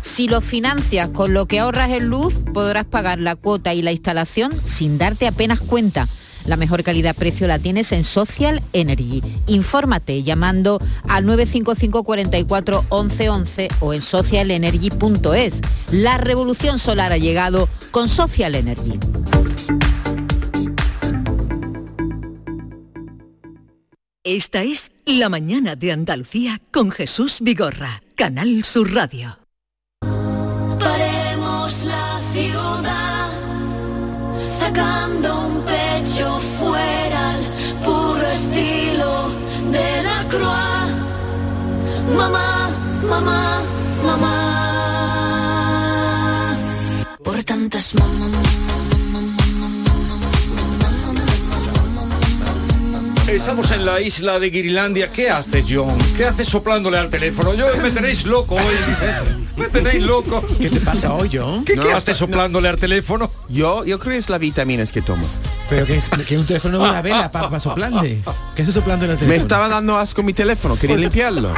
[SPEAKER 14] Si lo financias con lo que ahorras en luz, podrás pagar la cuota y la instalación sin darte apenas cuenta. La mejor calidad-precio la tienes en Social Energy. Infórmate llamando al 955 44 11 11 o en socialenergy.es. La revolución solar ha llegado con Social Energy.
[SPEAKER 10] Esta es La mañana de Andalucía con Jesús Vigorra, Canal Sur Radio.
[SPEAKER 7] Paremos la ciudad, sacando un pecho fuera al puro estilo de la croa. Mamá, mamá, mamá. Por tantas mamá.
[SPEAKER 1] Estamos en la isla de Guirilandia. ¿Qué haces, John? ¿Qué haces soplándole al teléfono? Yo me tenéis loco hoy. Me tenéis loco.
[SPEAKER 3] ¿Qué te pasa hoy, John?
[SPEAKER 1] ¿Qué, qué haces soplándole al teléfono?
[SPEAKER 5] Yo, yo creo que es la vitamina que tomo.
[SPEAKER 3] Pero que es que un teléfono es una vela para soplarle. ¿Qué haces soplando en el
[SPEAKER 5] Me
[SPEAKER 3] teléfono?
[SPEAKER 5] estaba dando asco mi teléfono, quería limpiarlo.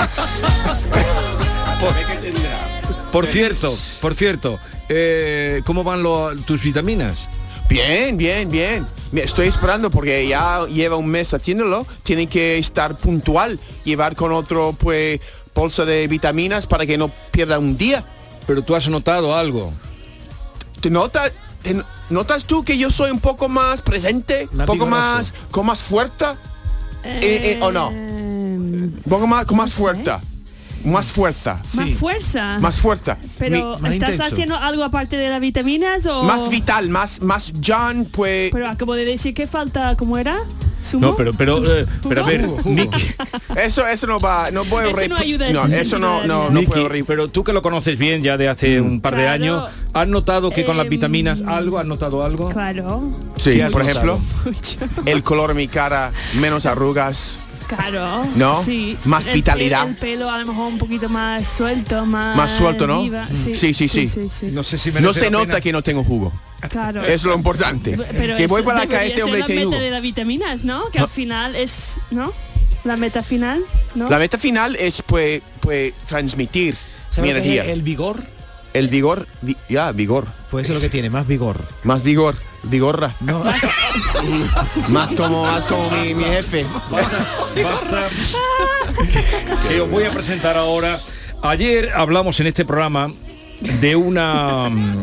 [SPEAKER 1] Por cierto, por cierto, eh, ¿cómo van lo- tus vitaminas?
[SPEAKER 5] Bien, bien, bien. Me Estoy esperando porque ya lleva un mes haciéndolo. Tiene que estar puntual, llevar con otro pues bolsa de vitaminas para que no pierda un día.
[SPEAKER 1] Pero tú has notado algo.
[SPEAKER 5] ¿Te nota- te no- notas tú que yo soy un poco más presente, un
[SPEAKER 1] Más
[SPEAKER 5] poco
[SPEAKER 1] vigoroso.
[SPEAKER 5] más con más fuerza? Eh, eh, ¿O no? Un poco más con más fuerza. Más fuerza.
[SPEAKER 2] Más fuerza.
[SPEAKER 5] Más fuerza.
[SPEAKER 2] Pero
[SPEAKER 5] Mi-
[SPEAKER 2] ¿estás haciendo algo aparte de las vitaminas o...?
[SPEAKER 5] más vital, más más John pues
[SPEAKER 2] Pero acabo de decir que falta, ¿cómo era? ¿Zumo?
[SPEAKER 1] No, pero, pero, eh, pero a ver, Miki.
[SPEAKER 5] Eso, eso no va, no puedo
[SPEAKER 2] ah, Eso no ayuda a
[SPEAKER 5] No,
[SPEAKER 2] ese
[SPEAKER 5] eso no,
[SPEAKER 2] sentido de
[SPEAKER 5] no,
[SPEAKER 2] la
[SPEAKER 5] no
[SPEAKER 1] Miki,
[SPEAKER 5] puedo
[SPEAKER 1] pero tú que lo conoces bien ya de hace un par de años, ¿has notado que con las vitaminas algo? ¿Has notado algo?
[SPEAKER 2] Claro.
[SPEAKER 5] Sí,
[SPEAKER 1] ¿Qué has
[SPEAKER 5] por
[SPEAKER 1] notado?
[SPEAKER 5] ejemplo, el color de mi cara, menos
[SPEAKER 2] Ah,
[SPEAKER 5] arrugas.
[SPEAKER 2] Claro.
[SPEAKER 5] ¿No?
[SPEAKER 2] Sí.
[SPEAKER 5] Más
[SPEAKER 2] El
[SPEAKER 5] vitalidad.
[SPEAKER 2] pe- El pelo a lo mejor un poquito más suelto, más...
[SPEAKER 5] Más suelto, ¿no?
[SPEAKER 2] viva.
[SPEAKER 5] Mm. Sí, sí, sí.
[SPEAKER 1] No sé si
[SPEAKER 5] No se nota que no tengo jugo.
[SPEAKER 2] Claro.
[SPEAKER 5] Es lo importante.
[SPEAKER 2] Pero
[SPEAKER 5] que
[SPEAKER 2] eso
[SPEAKER 5] voy para acá
[SPEAKER 2] debería
[SPEAKER 5] este
[SPEAKER 2] ser
[SPEAKER 5] hombre
[SPEAKER 2] la
[SPEAKER 5] tiene
[SPEAKER 2] meta
[SPEAKER 5] jugo.
[SPEAKER 2] de las vitaminas, ¿no? Que
[SPEAKER 5] No.
[SPEAKER 2] al final es, ¿no? La meta final, ¿no?
[SPEAKER 5] La meta final es pues, pues transmitir mi
[SPEAKER 3] ¿Sabes lo que
[SPEAKER 5] energía.
[SPEAKER 3] es el vigor?
[SPEAKER 5] El vigor, vi- ya, vigor.
[SPEAKER 3] Pues eso es lo que tiene, más vigor.
[SPEAKER 5] Más vigor, vigorra. más como, más como mi, mi jefe.
[SPEAKER 1] Basta. que os voy a presentar ahora. Ayer hablamos en este programa de una mm,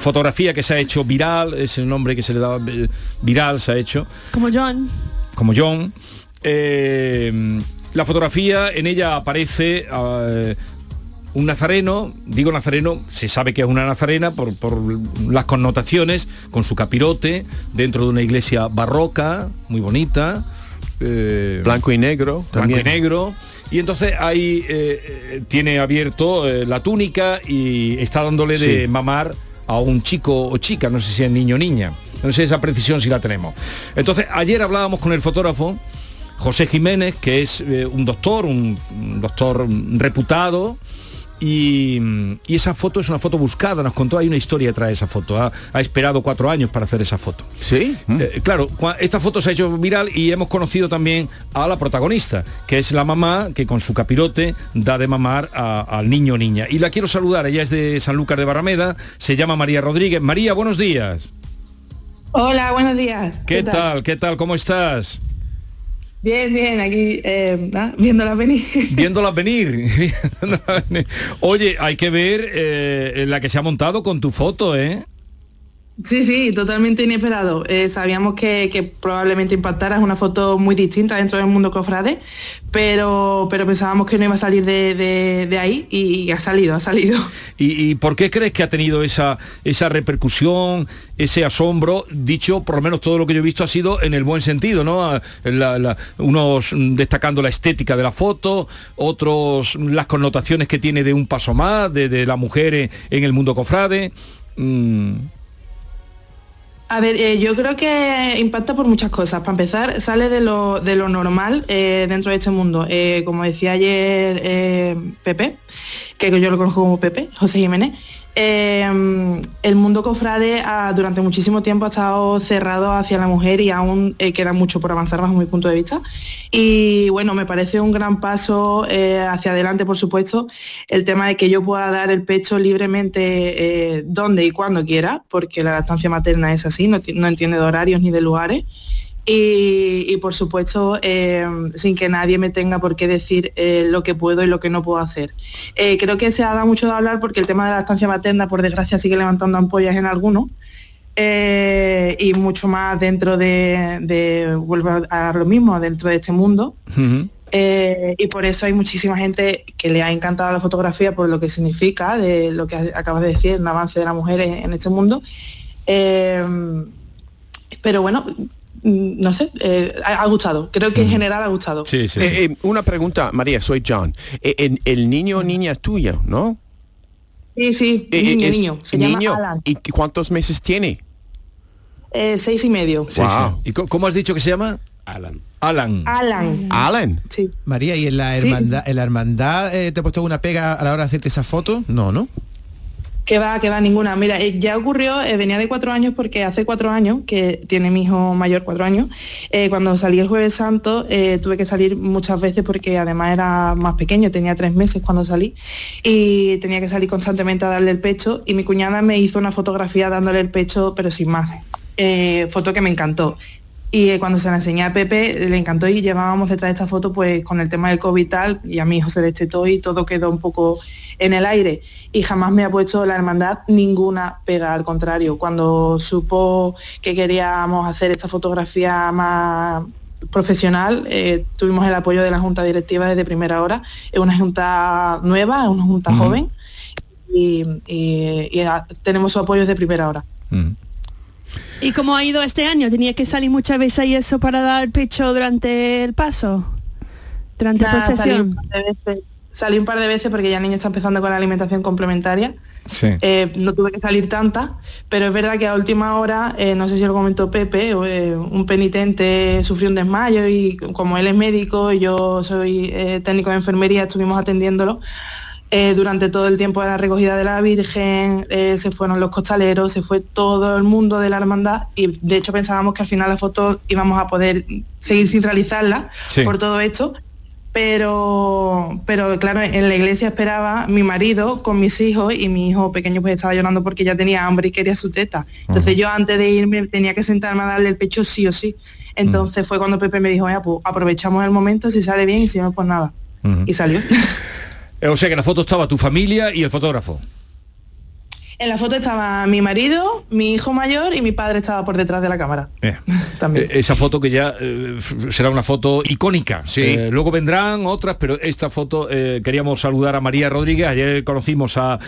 [SPEAKER 1] fotografía que se ha hecho viral, es el nombre que se le daba eh, viral, se ha hecho,
[SPEAKER 2] Como John.
[SPEAKER 1] como John. Eh, la fotografía, en ella aparece eh, un nazareno, digo nazareno, se sabe que es una nazarena por, por las connotaciones, con su capirote, dentro de una iglesia barroca, muy bonita. eh,
[SPEAKER 5] Blanco y negro.
[SPEAKER 1] blanco
[SPEAKER 5] También.
[SPEAKER 1] y negro. Y entonces ahí eh, eh, tiene abierto eh, la túnica y está dándole de
[SPEAKER 5] Sí.
[SPEAKER 1] mamar a un chico o chica, no sé si es niño o niña. No sé esa precisión si la tenemos. Entonces ayer hablábamos con el fotógrafo José Jiménez, que es eh, un doctor, un, un doctor mm, reputado. Y, y esa foto es una foto buscada, nos contó, hay una historia detrás de esa foto, ha, ha esperado cuatro años para hacer esa foto.
[SPEAKER 5] Sí.
[SPEAKER 1] Eh, claro, cua- esta foto se ha hecho viral y hemos conocido también a la protagonista, que es la mamá que con su capirote da de mamar a- al niño o niña. Y la quiero saludar, ella es de Sanlúcar de Barrameda, se llama María Rodríguez. María, buenos días.
[SPEAKER 15] Hola, buenos días.
[SPEAKER 1] ¿Qué, tal? ¿Qué tal? ¿Cómo estás?
[SPEAKER 15] Bien, bien, aquí eh, ah, viéndola venir.
[SPEAKER 1] Viéndola venir. Viéndola venir. Oye, hay que ver eh, la que se ha montado con tu foto, ¿eh?
[SPEAKER 15] Sí, sí, totalmente inesperado. Eh, sabíamos que, que probablemente impactara, es una foto muy distinta dentro del mundo cofrade, pero, pero pensábamos que no iba a salir de, de- de ahí y ha salido, ha salido.
[SPEAKER 1] ¿Y, y por qué crees que ha tenido esa, esa repercusión, ese asombro? Dicho, por lo menos todo lo que yo he visto ha sido en el buen sentido, ¿no? A- la- la- unos mm, destacando la estética de la foto, otros mm, las connotaciones que tiene de un paso más, de, de la mujer en, en el mundo cofrade. Mm,
[SPEAKER 15] A ver, eh, yo creo que impacta por muchas cosas. Para empezar, sale de lo, de lo normal eh, dentro de este mundo. Eh, como decía ayer eh, Pepe, que yo lo conozco como Pepe, José Jiménez, eh, el mundo cofrade ha- durante muchísimo tiempo ha estado cerrado hacia la mujer y aún eh, queda mucho por avanzar bajo mi punto de vista. Y bueno, me parece un gran paso eh, hacia adelante, por supuesto, el tema de que yo pueda dar el pecho libremente eh, donde y cuando quiera, porque la lactancia materna es así, no, ti- no entiende de horarios ni de lugares. Y, y, por supuesto, eh, sin que nadie me tenga por qué decir eh, lo que puedo y lo que no puedo hacer. Eh, creo que se ha dado mucho de hablar porque el tema de la estancia materna, por desgracia, sigue levantando ampollas en algunos. eh, y mucho más dentro de, de- vuelvo a dar lo mismo, dentro de este mundo. Eh, y por eso hay muchísima gente que le ha encantado la fotografía por lo que significa, de lo que acabas de decir, el avance de las mujeres en este mundo. Eh, pero bueno, mm, no sé, eh, ha, ha gustado. Creo
[SPEAKER 5] Mm.
[SPEAKER 15] que en general ha gustado.
[SPEAKER 5] Eh, eh, una pregunta, María, soy John. Eh, en- el niño o niña es tuyo, ¿no?
[SPEAKER 15] Sí, sí,
[SPEAKER 5] Eh, eh,
[SPEAKER 15] niño,
[SPEAKER 5] es-
[SPEAKER 15] niño. Se
[SPEAKER 5] niño.
[SPEAKER 15] llama Alan.
[SPEAKER 5] ¿Y cuántos meses tiene?
[SPEAKER 15] Eh, seis y medio.
[SPEAKER 1] Wow. ¿Y co- cómo has dicho que se llama? Alan. Alan.
[SPEAKER 15] Alan.
[SPEAKER 5] Alan.
[SPEAKER 15] Sí.
[SPEAKER 3] María, ¿y en la
[SPEAKER 15] Sí.
[SPEAKER 3] hermandad, en la hermandad eh, te ha puesto una pega a la hora de hacerte esa foto? No, ¿no?
[SPEAKER 15] Que va, que va, ninguna. Mira, eh, ya ocurrió, eh, venía de cuatro años porque hace cuatro años, que tiene mi hijo mayor cuatro años, eh, cuando salí el jueves santo eh, tuve que salir muchas veces porque además era más pequeño, tenía tres meses cuando salí y tenía que salir constantemente a darle el pecho y mi cuñada me hizo una fotografía dándole el pecho, pero sin más. Eh, foto que me encantó. Y eh, cuando se la enseñé a Pepe, eh, le encantó y llevábamos detrás de esta foto pues con el tema del COVID y tal, y a mi hijo se destetó y todo quedó un poco en el aire. Y jamás me ha puesto la hermandad ninguna pega, al contrario, cuando supo que queríamos hacer esta fotografía más profesional, eh, tuvimos el apoyo de la Junta Directiva desde primera hora. Es una junta nueva, es una junta joven y, y- y, ah, tenemos su apoyo desde primera hora.
[SPEAKER 2] ¿Y cómo ha ido este año? ¿Tenía que salir muchas veces y eso para dar pecho durante el paso? Durante la
[SPEAKER 15] Nada, salí un
[SPEAKER 2] posesión.
[SPEAKER 15] par de veces- Salí un par de veces porque ya el niño está empezando con la alimentación complementaria.
[SPEAKER 1] Sí.
[SPEAKER 15] Eh, no tuve que salir tanta, pero es verdad que a última hora, eh, no sé si lo comentó Pepe, o, eh, un penitente sufrió un desmayo y como él es médico, y yo soy eh, técnico de enfermería, estuvimos atendiéndolo. Eh, durante todo el tiempo de la recogida de la Virgen, eh, se fueron los costaleros, se fue todo el mundo de la hermandad y de hecho pensábamos que al final la foto íbamos a poder seguir sin realizarla
[SPEAKER 16] Sí.
[SPEAKER 15] por todo esto, pero pero claro en la iglesia esperaba mi marido con mis hijos y mi hijo pequeño pues estaba llorando porque ya tenía hambre y quería su teta entonces yo antes de irme tenía que sentarme a darle el pecho sí o sí entonces fue cuando Pepe me dijo "Venga, pues aprovechamos el momento si sale bien y si no pues nada y salió
[SPEAKER 1] Eh, O sea que en la foto estaba tu familia y el fotógrafo.
[SPEAKER 15] en la foto estaba mi marido mi hijo mayor y mi padre estaba por detrás de la cámara
[SPEAKER 1] Eh. Eh, Esa foto que ya eh, f- será una foto icónica. Eh, luego vendrán otras, pero esta foto eh, queríamos saludar a María Rodríguez. Ayer conocimos a-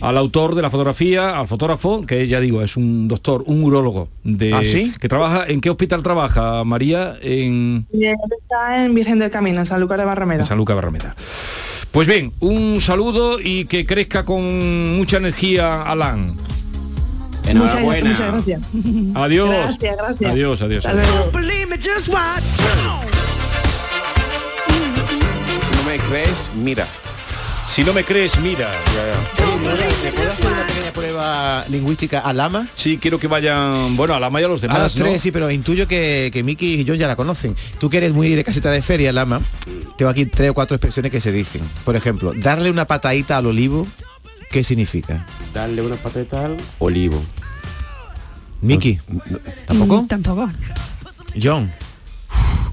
[SPEAKER 1] al autor de la fotografía, al fotógrafo, que ya digo, es un doctor, un urólogo. De,
[SPEAKER 5] ¿Ah, sí?
[SPEAKER 1] que trabaja, ¿En qué hospital trabaja María? En,
[SPEAKER 15] y él está en Virgen del Camino en San Lucas de Barrameda
[SPEAKER 1] en San Lucas Barrameda. Pues bien, un saludo y que crezca con mucha energía Alan.
[SPEAKER 15] Muchas gracias, muchas gracias
[SPEAKER 1] Adiós.
[SPEAKER 15] gracias, gracias.
[SPEAKER 1] Adiós, adiós,
[SPEAKER 15] Hasta
[SPEAKER 1] adiós.
[SPEAKER 15] luego.
[SPEAKER 5] Si no me crees, mira.
[SPEAKER 1] Si no me crees, mira.
[SPEAKER 3] ¿Le puedo hacer una pequeña prueba lingüística a Lama?
[SPEAKER 1] Sí, quiero que vayan, bueno, a la maya los demás.
[SPEAKER 3] a los
[SPEAKER 1] ¿no?
[SPEAKER 3] tres, sí, pero intuyo que, que Miki y John ya la conocen. Tú que eres muy de caseta de feria, Lama, tengo aquí tres o cuatro expresiones que se dicen. Por ejemplo, darle una patadita al olivo, ¿qué significa?
[SPEAKER 4] Darle una patata al olivo.
[SPEAKER 3] Miki,
[SPEAKER 1] eh,
[SPEAKER 3] ¿tampoco?
[SPEAKER 4] Mm.
[SPEAKER 2] Tampoco.
[SPEAKER 3] John.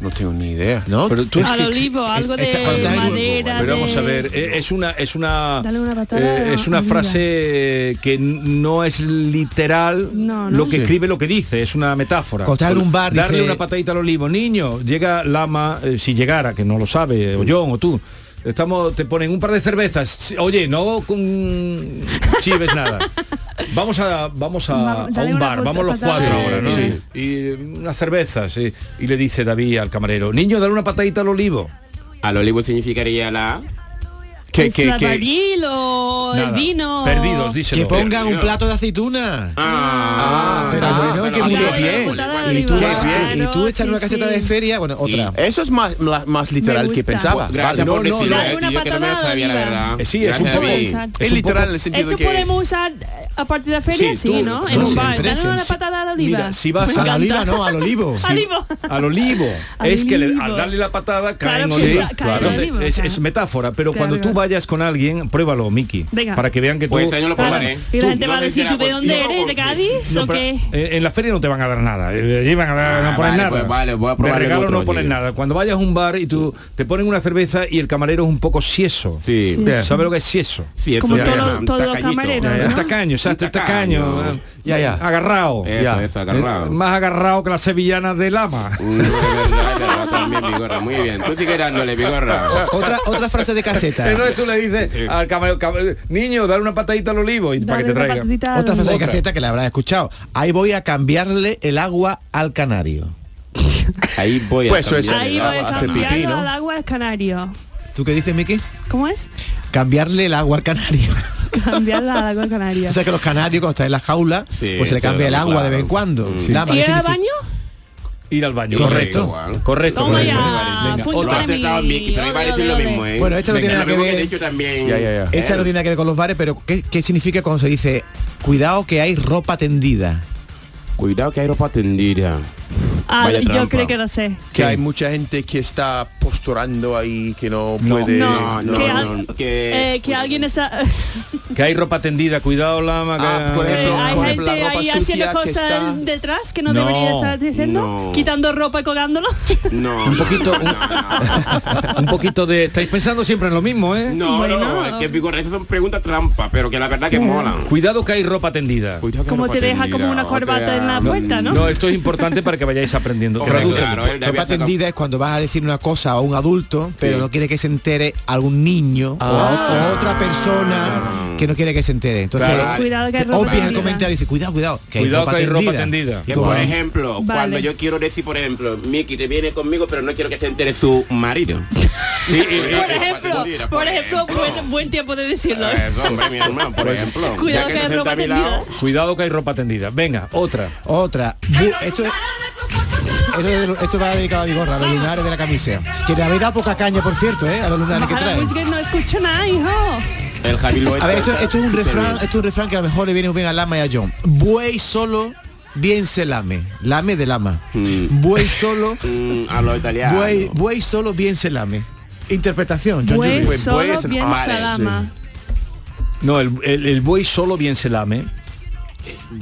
[SPEAKER 5] No tengo ni idea.
[SPEAKER 3] No, pero
[SPEAKER 1] tú-
[SPEAKER 2] Al olivo, algo de madera.
[SPEAKER 1] Pero vamos a
[SPEAKER 2] de-
[SPEAKER 1] ver, eh, es una es una
[SPEAKER 2] Dale una patada
[SPEAKER 1] eh, es una
[SPEAKER 2] al
[SPEAKER 1] frase que no es literal
[SPEAKER 2] No, no.
[SPEAKER 1] lo que
[SPEAKER 2] Sí.
[SPEAKER 1] escribe lo que dice, es una metáfora.
[SPEAKER 3] Cuando estás en un bar,
[SPEAKER 1] darle
[SPEAKER 3] dice-
[SPEAKER 1] una patadita al olivo, niño, llega Lama eh, si llegara, que no lo sabe, o John o tú. Estamos te ponen un par de cervezas. sí, Oye, no con chives nada. Vamos a vamos a,
[SPEAKER 5] Vamos,
[SPEAKER 1] a
[SPEAKER 5] dale
[SPEAKER 1] un
[SPEAKER 5] una
[SPEAKER 1] bar,
[SPEAKER 5] puta
[SPEAKER 1] vamos los
[SPEAKER 5] patada.
[SPEAKER 1] cuatro
[SPEAKER 5] Sí,
[SPEAKER 1] ahora, ¿no?
[SPEAKER 5] sí.
[SPEAKER 1] Y unas cervezas, sí. y le dice David al camarero, "Niño, dale una patadita al olivo."
[SPEAKER 4] Al olivo significaría la
[SPEAKER 5] Que-
[SPEAKER 2] el
[SPEAKER 5] que- que-
[SPEAKER 2] clavaril o el
[SPEAKER 5] Nada.
[SPEAKER 2] vino.
[SPEAKER 1] Perdidos, díselo.
[SPEAKER 3] Que pongan un
[SPEAKER 1] Perdidos.
[SPEAKER 3] plato de aceituna. Ah, pero bueno, que muy bien. Y tú, vas- y tú estás en una caseta de feria, bueno, otra.
[SPEAKER 5] Eso es más, la- más literal que pensaba.
[SPEAKER 4] Gracias
[SPEAKER 5] Vale,
[SPEAKER 4] por
[SPEAKER 5] no, no,
[SPEAKER 4] decirlo,
[SPEAKER 5] no.
[SPEAKER 4] eh, tío, que no me lo sabía, la verdad.
[SPEAKER 5] Eh, sí, es un
[SPEAKER 4] Gracias,
[SPEAKER 5] poco-
[SPEAKER 4] David.
[SPEAKER 5] Exacto. Es literal en el sentido
[SPEAKER 2] Eso
[SPEAKER 5] de que-
[SPEAKER 2] podemos usar eh, aparte de la feria,
[SPEAKER 1] Sí,
[SPEAKER 2] sí,
[SPEAKER 1] tú-
[SPEAKER 2] ¿no?
[SPEAKER 1] tú
[SPEAKER 2] En un
[SPEAKER 1] siempre,
[SPEAKER 2] bar. Danos una
[SPEAKER 1] sí.
[SPEAKER 2] patada al oliva.
[SPEAKER 1] Mira, si vas
[SPEAKER 2] Me
[SPEAKER 1] a-
[SPEAKER 2] encanta.
[SPEAKER 1] Si-
[SPEAKER 2] Al olivo.
[SPEAKER 1] al olivo.
[SPEAKER 2] Al
[SPEAKER 1] es que le-
[SPEAKER 2] olivo.
[SPEAKER 1] al darle la patada cae
[SPEAKER 2] Claro,
[SPEAKER 1] en
[SPEAKER 2] pues,
[SPEAKER 1] olivo.
[SPEAKER 2] cae en
[SPEAKER 1] Entonces,
[SPEAKER 2] olivo,
[SPEAKER 1] es,
[SPEAKER 2] claro.
[SPEAKER 1] es metáfora, pero
[SPEAKER 2] Claro,
[SPEAKER 1] cuando tú
[SPEAKER 2] claro.
[SPEAKER 1] vayas con alguien, pruébalo, Miki.
[SPEAKER 2] Venga.
[SPEAKER 1] Para que vean que tú...
[SPEAKER 4] Pues este año lo
[SPEAKER 2] Claro.
[SPEAKER 4] probaré.
[SPEAKER 2] Y
[SPEAKER 4] Tú,
[SPEAKER 2] la gente
[SPEAKER 4] no
[SPEAKER 2] va a
[SPEAKER 4] me
[SPEAKER 2] decir, ¿tú de
[SPEAKER 4] enteras
[SPEAKER 2] dónde
[SPEAKER 4] por ti,
[SPEAKER 2] eres? ¿De Cádiz
[SPEAKER 1] No,
[SPEAKER 2] o
[SPEAKER 1] pero
[SPEAKER 2] qué?
[SPEAKER 1] En, en la feria no te van a dar nada. eh, allí van a dar- no
[SPEAKER 4] Ah,
[SPEAKER 1] ponen
[SPEAKER 4] vale,
[SPEAKER 1] nada.
[SPEAKER 4] pues vale, voy a
[SPEAKER 1] De
[SPEAKER 4] probar el
[SPEAKER 1] regalo
[SPEAKER 4] otro
[SPEAKER 1] no ponen
[SPEAKER 4] día.
[SPEAKER 1] nada. Cuando vayas a un bar y tú te ponen una cerveza y el camarero es un poco sieso.
[SPEAKER 4] Sí.
[SPEAKER 1] Bien. ¿Sabes lo que es sieso?
[SPEAKER 4] Sieso, Como ya, todos- ya. Un todos los tacañito. camareros,
[SPEAKER 1] Ya, ya.
[SPEAKER 4] ¿no?
[SPEAKER 1] Tacaño, o sea, este tacaño.
[SPEAKER 4] tacaño.
[SPEAKER 1] eh, Agarrado.
[SPEAKER 4] Eso,
[SPEAKER 1] Ya.
[SPEAKER 4] eso, agarrado.
[SPEAKER 1] Eh, Más agarrado que las sevillanas de lama.
[SPEAKER 4] Ay, pero también, Vigorra, Muy bien. Tú sigues dándole, Vigorra.
[SPEAKER 3] Otra, otra frase de caseta.
[SPEAKER 1] Entonces tú le dices al camarero, "Cam- niño, dale una patadita al olivo y para que te traiga.
[SPEAKER 3] Otra frase de caseta que la habrás escuchado. Ahí voy a cambiarle el agua al canario.
[SPEAKER 4] Ahí voy
[SPEAKER 3] a Pues eso es-
[SPEAKER 2] Ahí
[SPEAKER 3] Ah,
[SPEAKER 2] voy a
[SPEAKER 3] hace
[SPEAKER 2] cambiarlo
[SPEAKER 3] pipí, ¿no?
[SPEAKER 2] al agua al canario.
[SPEAKER 3] ¿Tú qué dices, Miki?
[SPEAKER 2] ¿Cómo es?
[SPEAKER 3] Cambiarle el agua al canario.
[SPEAKER 2] Cambiarla al agua al canario.
[SPEAKER 3] o sea que los canarios cuando están en la jaula,
[SPEAKER 1] Sí,
[SPEAKER 3] pues se le
[SPEAKER 1] se
[SPEAKER 3] cambia
[SPEAKER 1] le
[SPEAKER 3] el
[SPEAKER 1] da,
[SPEAKER 3] agua de
[SPEAKER 1] claro.
[SPEAKER 3] vez en cuando.
[SPEAKER 4] Mm.
[SPEAKER 1] Sí.
[SPEAKER 3] Lama,
[SPEAKER 2] ¿Y
[SPEAKER 3] ¿qué
[SPEAKER 2] ir al
[SPEAKER 3] significa?
[SPEAKER 2] baño?
[SPEAKER 1] Ir al baño.
[SPEAKER 3] Correcto.
[SPEAKER 1] Correcto. Correcto.
[SPEAKER 2] Toma
[SPEAKER 1] correcto.
[SPEAKER 2] ya,
[SPEAKER 1] Venga,
[SPEAKER 2] punto
[SPEAKER 1] otra.
[SPEAKER 2] para mí.
[SPEAKER 4] pero iba a decir lo mismo, ¿eh?
[SPEAKER 3] Bueno, esta no tiene
[SPEAKER 4] Venga, lo
[SPEAKER 3] nada que
[SPEAKER 4] mismo
[SPEAKER 3] ver.
[SPEAKER 4] he dicho también.
[SPEAKER 3] Esta
[SPEAKER 4] ¿eh?
[SPEAKER 3] no tiene nada que ver con los bares, pero ¿qué, qué significa cuando se dice cuidado que hay ropa tendida?
[SPEAKER 4] Cuidado que hay ropa tendida.
[SPEAKER 2] Ah,
[SPEAKER 5] Vaya
[SPEAKER 2] yo
[SPEAKER 5] trampa.
[SPEAKER 2] creo que lo sé.
[SPEAKER 5] Que hay mucha gente que está posturando ahí que no puede.
[SPEAKER 2] No,
[SPEAKER 5] no,
[SPEAKER 2] que,
[SPEAKER 5] no,
[SPEAKER 2] al-
[SPEAKER 5] no.
[SPEAKER 2] eh, que alguien está...
[SPEAKER 1] Que hay ropa tendida, cuidado lama. que-
[SPEAKER 5] Ah, por ejemplo,
[SPEAKER 2] hay gente
[SPEAKER 5] por ejemplo, la ropa
[SPEAKER 2] ahí
[SPEAKER 5] sucia
[SPEAKER 2] haciendo
[SPEAKER 5] que
[SPEAKER 2] cosas
[SPEAKER 5] está-
[SPEAKER 2] detrás que no,
[SPEAKER 1] No,
[SPEAKER 2] debería estar diciendo,
[SPEAKER 1] no.
[SPEAKER 2] quitando ropa y colgándolo.
[SPEAKER 4] No.
[SPEAKER 1] Un poquito, un, un poquito de. Estáis pensando siempre en lo mismo, ¿eh?
[SPEAKER 4] No, no, es que Vigorra, esas son preguntas trampa, pero que la verdad que molan.
[SPEAKER 1] Mm. Cuidado que hay ropa tendida.
[SPEAKER 2] Como te deja como una corbata en la puerta, ¿no?
[SPEAKER 1] No, esto es importante para que vayáis aprendiendo. Tradúcelo.
[SPEAKER 3] ropa tendida es cuando vas a decir una cosa a un adulto, pero no quiere que se entere algún niño o
[SPEAKER 4] Ah.
[SPEAKER 3] a- o, otra persona que no quiere que se entere. Entonces, cuidado
[SPEAKER 4] Claro. Cuidado que hay ropa
[SPEAKER 3] obvias el
[SPEAKER 4] tendida.
[SPEAKER 3] comentario y dice, cuidado, cuidado, que
[SPEAKER 4] Cuidado
[SPEAKER 3] hay ropa
[SPEAKER 4] que hay
[SPEAKER 3] tendida.
[SPEAKER 4] ropa tendida. Que
[SPEAKER 3] Y como-
[SPEAKER 4] por ejemplo,
[SPEAKER 3] Vale.
[SPEAKER 4] cuando yo quiero decir, por ejemplo, Miki te viene conmigo, pero no quiero que se entere su marido. Sí, pues. y- y-
[SPEAKER 2] Por ejemplo,
[SPEAKER 4] tendida,
[SPEAKER 2] por ejemplo, buen, buen tiempo de decirlo. ¿eh?
[SPEAKER 4] Eso, hombre, mi hermano, por ejemplo.
[SPEAKER 2] Cuidado
[SPEAKER 4] Ya
[SPEAKER 2] que
[SPEAKER 4] no
[SPEAKER 2] hay
[SPEAKER 4] se
[SPEAKER 2] ropa
[SPEAKER 4] está a mi
[SPEAKER 2] tendida.
[SPEAKER 4] lado.
[SPEAKER 1] Cuidado que hay ropa tendida. Venga, otra.
[SPEAKER 3] Otra. Bu- Esto, es- esto es de lo- esto va dedicado a Vigorra, a los lunares de la camisa. Que le habéis dado poca caña, por cierto, ¿eh? A los lunares que
[SPEAKER 2] Baja la
[SPEAKER 3] traen.
[SPEAKER 2] música y no escucho nada, hijo.
[SPEAKER 4] El Javi lo
[SPEAKER 3] A ver, esto, esto es un refrán, esto es un refrán que a lo mejor le viene muy bien a Lama y a John. Buey solo, bien se lame. Lame de lama. Buey solo.
[SPEAKER 4] Mm. a lo italiano.
[SPEAKER 3] Buey, buey solo, bien se lame. Interpretación, John
[SPEAKER 2] Buey
[SPEAKER 3] Julius.
[SPEAKER 4] pues,
[SPEAKER 2] solo bien salama.
[SPEAKER 1] Pues No, el, el- el buey solo bien se lame.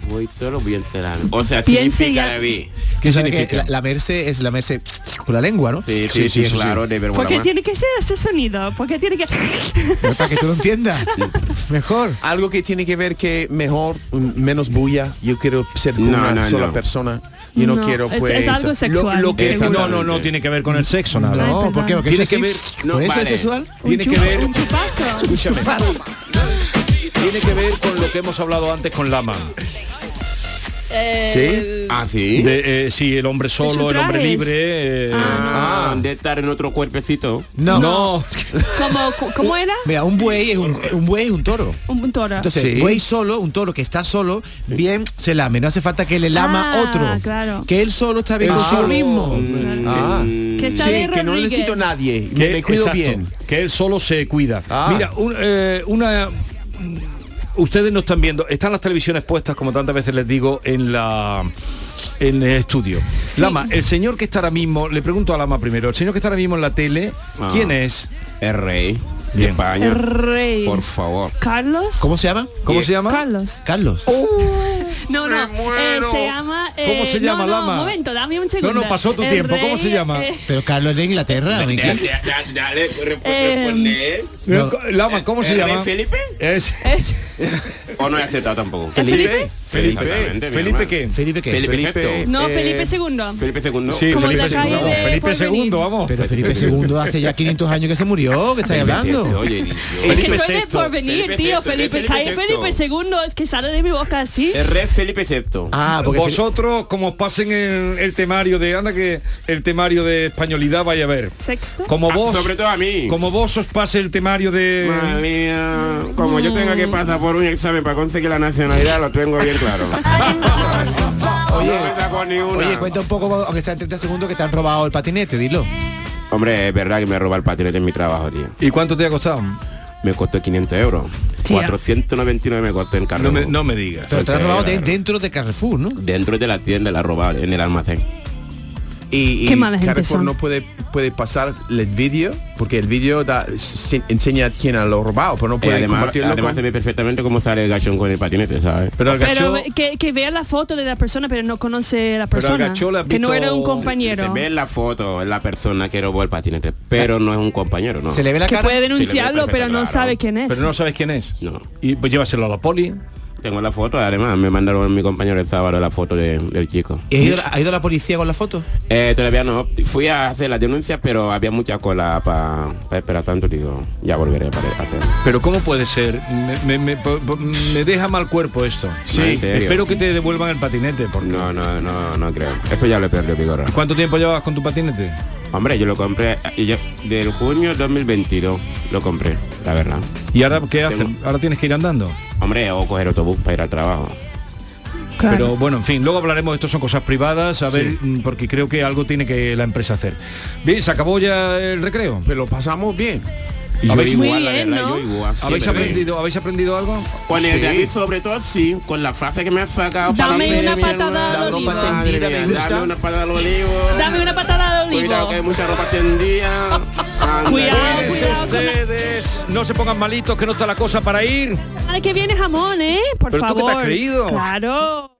[SPEAKER 4] Voy solo bien será. O sea,
[SPEAKER 3] Piense
[SPEAKER 4] significa,
[SPEAKER 3] ya-
[SPEAKER 4] David.
[SPEAKER 3] ¿Qué significa? La, lamerse es lamerse con la lengua, ¿no?
[SPEAKER 4] Sí, sí, sí, claro, de
[SPEAKER 2] ¿Por
[SPEAKER 4] vergüenza.
[SPEAKER 2] qué tiene que ser ese sonido? ¿Por qué tiene que...?
[SPEAKER 3] Pero para que tú lo entiendas. Mejor.
[SPEAKER 5] Algo que tiene que ver que mejor, mm, menos bulla. Yo quiero ser con
[SPEAKER 1] No,
[SPEAKER 5] una
[SPEAKER 1] no,
[SPEAKER 5] sola
[SPEAKER 1] no.
[SPEAKER 5] persona. Yo no,
[SPEAKER 1] No,
[SPEAKER 5] quiero
[SPEAKER 1] es-
[SPEAKER 5] pues.
[SPEAKER 1] es algo
[SPEAKER 5] lo-
[SPEAKER 1] sexual,
[SPEAKER 5] lo que-
[SPEAKER 1] seguro. No, no, no tiene que ver con el sexo nada.
[SPEAKER 5] No, ¿por qué? Porque
[SPEAKER 1] tiene
[SPEAKER 5] eso
[SPEAKER 1] que ver.
[SPEAKER 5] sí- ¿por eso es sexual?
[SPEAKER 1] Tiene
[SPEAKER 5] Un
[SPEAKER 1] que
[SPEAKER 5] chupa-
[SPEAKER 1] ver.
[SPEAKER 5] un chupazo.
[SPEAKER 1] Escúchame. Tiene que ver con lo que hemos hablado antes con Lama.
[SPEAKER 4] ¿Sí? Ah, sí.
[SPEAKER 1] Eh, De, eh, sí, el hombre solo, el hombre
[SPEAKER 4] trajes.
[SPEAKER 1] libre. eh,
[SPEAKER 4] Ah, de estar en otro cuerpecito.
[SPEAKER 3] No.
[SPEAKER 1] No.
[SPEAKER 2] ¿Cómo, cómo era?
[SPEAKER 3] Mira, un buey es un, un buey es un toro.
[SPEAKER 2] Un toro.
[SPEAKER 3] Entonces, buey solo, un toro que está solo, bien se lame. No hace falta que le lama
[SPEAKER 2] Ah,
[SPEAKER 3] otro.
[SPEAKER 2] claro.
[SPEAKER 3] Que él solo está bien
[SPEAKER 2] Ah.
[SPEAKER 3] consigo mismo.
[SPEAKER 5] Ah.
[SPEAKER 2] Que está
[SPEAKER 5] Sí,
[SPEAKER 2] bien
[SPEAKER 5] que no
[SPEAKER 2] Rodríguez.
[SPEAKER 5] necesito nadie. Eh, Me, me cuido
[SPEAKER 1] exacto,
[SPEAKER 5] bien.
[SPEAKER 1] Que él solo se cuida.
[SPEAKER 5] Ah.
[SPEAKER 1] Mira, un- eh, una. mm, Ustedes no están viendo, están las televisiones puestas, como tantas veces les digo, en la en el estudio.
[SPEAKER 16] Sí.
[SPEAKER 1] Lama, el señor que está ahora mismo, le pregunto a Lama primero, el señor que está ahora mismo en la tele,
[SPEAKER 4] Ah.
[SPEAKER 1] ¿quién es?
[SPEAKER 4] El rey de España.
[SPEAKER 2] El rey.
[SPEAKER 4] Por favor.
[SPEAKER 2] ¿Carlos?
[SPEAKER 3] ¿Cómo se llama?
[SPEAKER 1] ¿Cómo se llama?
[SPEAKER 2] Carlos. Oh,
[SPEAKER 3] Carlos.
[SPEAKER 2] No, no, eh, se llama... eh,
[SPEAKER 1] ¿Cómo se
[SPEAKER 2] no,
[SPEAKER 1] llama,
[SPEAKER 2] no,
[SPEAKER 1] Lama?
[SPEAKER 2] un momento, dame un segundo. El rey, eh,
[SPEAKER 3] Pero Carlos de Inglaterra. Miki.
[SPEAKER 4] Dale, responde.
[SPEAKER 3] No.
[SPEAKER 1] Lama, ¿cómo se
[SPEAKER 4] ¿El
[SPEAKER 1] llama?
[SPEAKER 4] rey Felipe?
[SPEAKER 1] Es.
[SPEAKER 4] O no he aceptado tampoco.
[SPEAKER 1] ¿Felipe?
[SPEAKER 4] Felipe.
[SPEAKER 1] Felipe.
[SPEAKER 4] Exactamente, mi
[SPEAKER 1] Felipe
[SPEAKER 4] hermano.
[SPEAKER 1] qué? Felipe qué?
[SPEAKER 4] Felipe,
[SPEAKER 1] Felipe-
[SPEAKER 4] VI.
[SPEAKER 2] No,
[SPEAKER 4] Eh,
[SPEAKER 2] Felipe II.
[SPEAKER 4] Felipe II.
[SPEAKER 1] Sí,
[SPEAKER 2] Como
[SPEAKER 1] Felipe
[SPEAKER 2] la
[SPEAKER 1] II,
[SPEAKER 2] calle
[SPEAKER 1] vamos.
[SPEAKER 2] de
[SPEAKER 1] Felipe
[SPEAKER 2] Porvenir.
[SPEAKER 1] II, vamos.
[SPEAKER 3] Pero Felipe II hace ya 500 años que se murió, ¿qué estáis hablando?
[SPEAKER 2] Es que soy de porvenir, tío, Felipe. Cae Felipe II, es que sale de mi boca así.
[SPEAKER 4] El rey Felipe VI.
[SPEAKER 1] Ah, Vosotros, como os pasen el, el temario de... Anda que el temario de españolidad vaya a ver.
[SPEAKER 2] Sexto.
[SPEAKER 1] Como
[SPEAKER 4] Ah,
[SPEAKER 1] vos...
[SPEAKER 4] sobre todo a mí.
[SPEAKER 1] Como vos os pase el temario de...
[SPEAKER 4] Madre mía, como yo tenga
[SPEAKER 2] Mm.
[SPEAKER 4] que pasar por un examen para conseguir la nacionalidad, lo tengo bien claro.
[SPEAKER 3] Oye,
[SPEAKER 4] una.
[SPEAKER 3] oye, cuenta un poco, aunque sea en 30 segundos, que te han robado el patinete, dilo.
[SPEAKER 4] Hombre, es verdad que me roba el patinete en mi trabajo, tío.
[SPEAKER 1] ¿Y cuánto te ha costado?
[SPEAKER 4] Me costó 500 euros.
[SPEAKER 3] Tía.
[SPEAKER 4] 499 me costó en carro.
[SPEAKER 1] No me- no me digas.
[SPEAKER 3] Pero te lo han robado de-
[SPEAKER 4] Entonces,
[SPEAKER 3] dentro de Carrefour, ¿no?
[SPEAKER 4] Dentro de la tienda la robar en el almacén.
[SPEAKER 5] Y, y
[SPEAKER 4] Qué mala gente
[SPEAKER 5] Carrefour
[SPEAKER 4] son.
[SPEAKER 5] no puede, puede pasar el vídeo, porque el vídeo da- se- enseña a quien ha lo robado, pero no
[SPEAKER 4] Eh,
[SPEAKER 5] puede
[SPEAKER 4] además,
[SPEAKER 5] compartirlo
[SPEAKER 4] además
[SPEAKER 5] con-
[SPEAKER 4] se ve perfectamente cómo sale el gachón con el patinete, ¿sabes?
[SPEAKER 2] Pero que, que vea la foto de la persona, pero no conoce a la persona. que no era un compañero.
[SPEAKER 4] Se ve en la foto, en la persona que robó el patinete, pero no es un compañero, ¿no?
[SPEAKER 2] que puede denunciarlo, pero no sabe quién es.
[SPEAKER 1] sabes quién es.
[SPEAKER 4] No.
[SPEAKER 1] Y pues llévaselo a la poli.
[SPEAKER 4] Tengo la foto, además me mandaron mi compañero el sábado la foto de- del chico.
[SPEAKER 3] ¿Y ha ido, la- ha ido la policía con la foto?
[SPEAKER 4] Eh, todavía no. Fui a hacer la denuncia, pero había mucha cola para esperar tanto. Digo, ya volveré para hacerlo.
[SPEAKER 1] Pero ¿cómo puede ser? Me, me- me- po- po- me deja mal cuerpo esto.
[SPEAKER 4] Sí. En serio.
[SPEAKER 1] Espero que te devuelvan el patinete. Porque...
[SPEAKER 4] No, no, no, no creo. Eso ya lo he perdido, Pigorra.
[SPEAKER 1] ¿Cuánto tiempo llevabas con tu patinete?
[SPEAKER 4] Hombre, yo lo compré y yo- del junio 2022. Lo compré, la verdad.
[SPEAKER 1] ¿Y ahora qué
[SPEAKER 4] Tengo-
[SPEAKER 1] haces? ¿Ahora tienes que ir andando?
[SPEAKER 4] Hombre, o coger autobús para ir al trabajo.
[SPEAKER 1] Pero bueno, en fin, luego hablaremos, esto son cosas privadas, a ver, mm, porque creo que algo tiene que la empresa hacer. Bien, se acabó ya el recreo.
[SPEAKER 5] Pero lo pasamos bien.
[SPEAKER 4] Yo
[SPEAKER 1] ¿Habéis,
[SPEAKER 4] igual, la Muy bien, verdad, ¿no? yo igual,
[SPEAKER 1] ¿Habéis
[SPEAKER 4] siempre.
[SPEAKER 1] aprendido, ¿Habéis aprendido algo?
[SPEAKER 4] Con el David sobre todo sí, con la frase que me has sacado. para
[SPEAKER 2] Dame
[SPEAKER 4] mí,
[SPEAKER 2] una
[SPEAKER 4] mi
[SPEAKER 2] patada
[SPEAKER 4] hermano.
[SPEAKER 2] al
[SPEAKER 4] Dame una
[SPEAKER 2] olivo.
[SPEAKER 4] patada
[SPEAKER 2] Tendida,
[SPEAKER 4] al
[SPEAKER 2] me
[SPEAKER 4] olivo.
[SPEAKER 2] gusta.
[SPEAKER 4] Dame una patada al olivo.
[SPEAKER 2] Dame una patada al olivo.
[SPEAKER 4] Cuidado eh. que hay mucha ropa tendida. Anda,
[SPEAKER 1] Cuídense ustedes, no se pongan malitos, que no está la cosa para ir.
[SPEAKER 2] Ay, que viene jamón, ¿eh? Por
[SPEAKER 1] ¿Pero tú qué te
[SPEAKER 2] favor.
[SPEAKER 1] has creído?
[SPEAKER 2] Claro.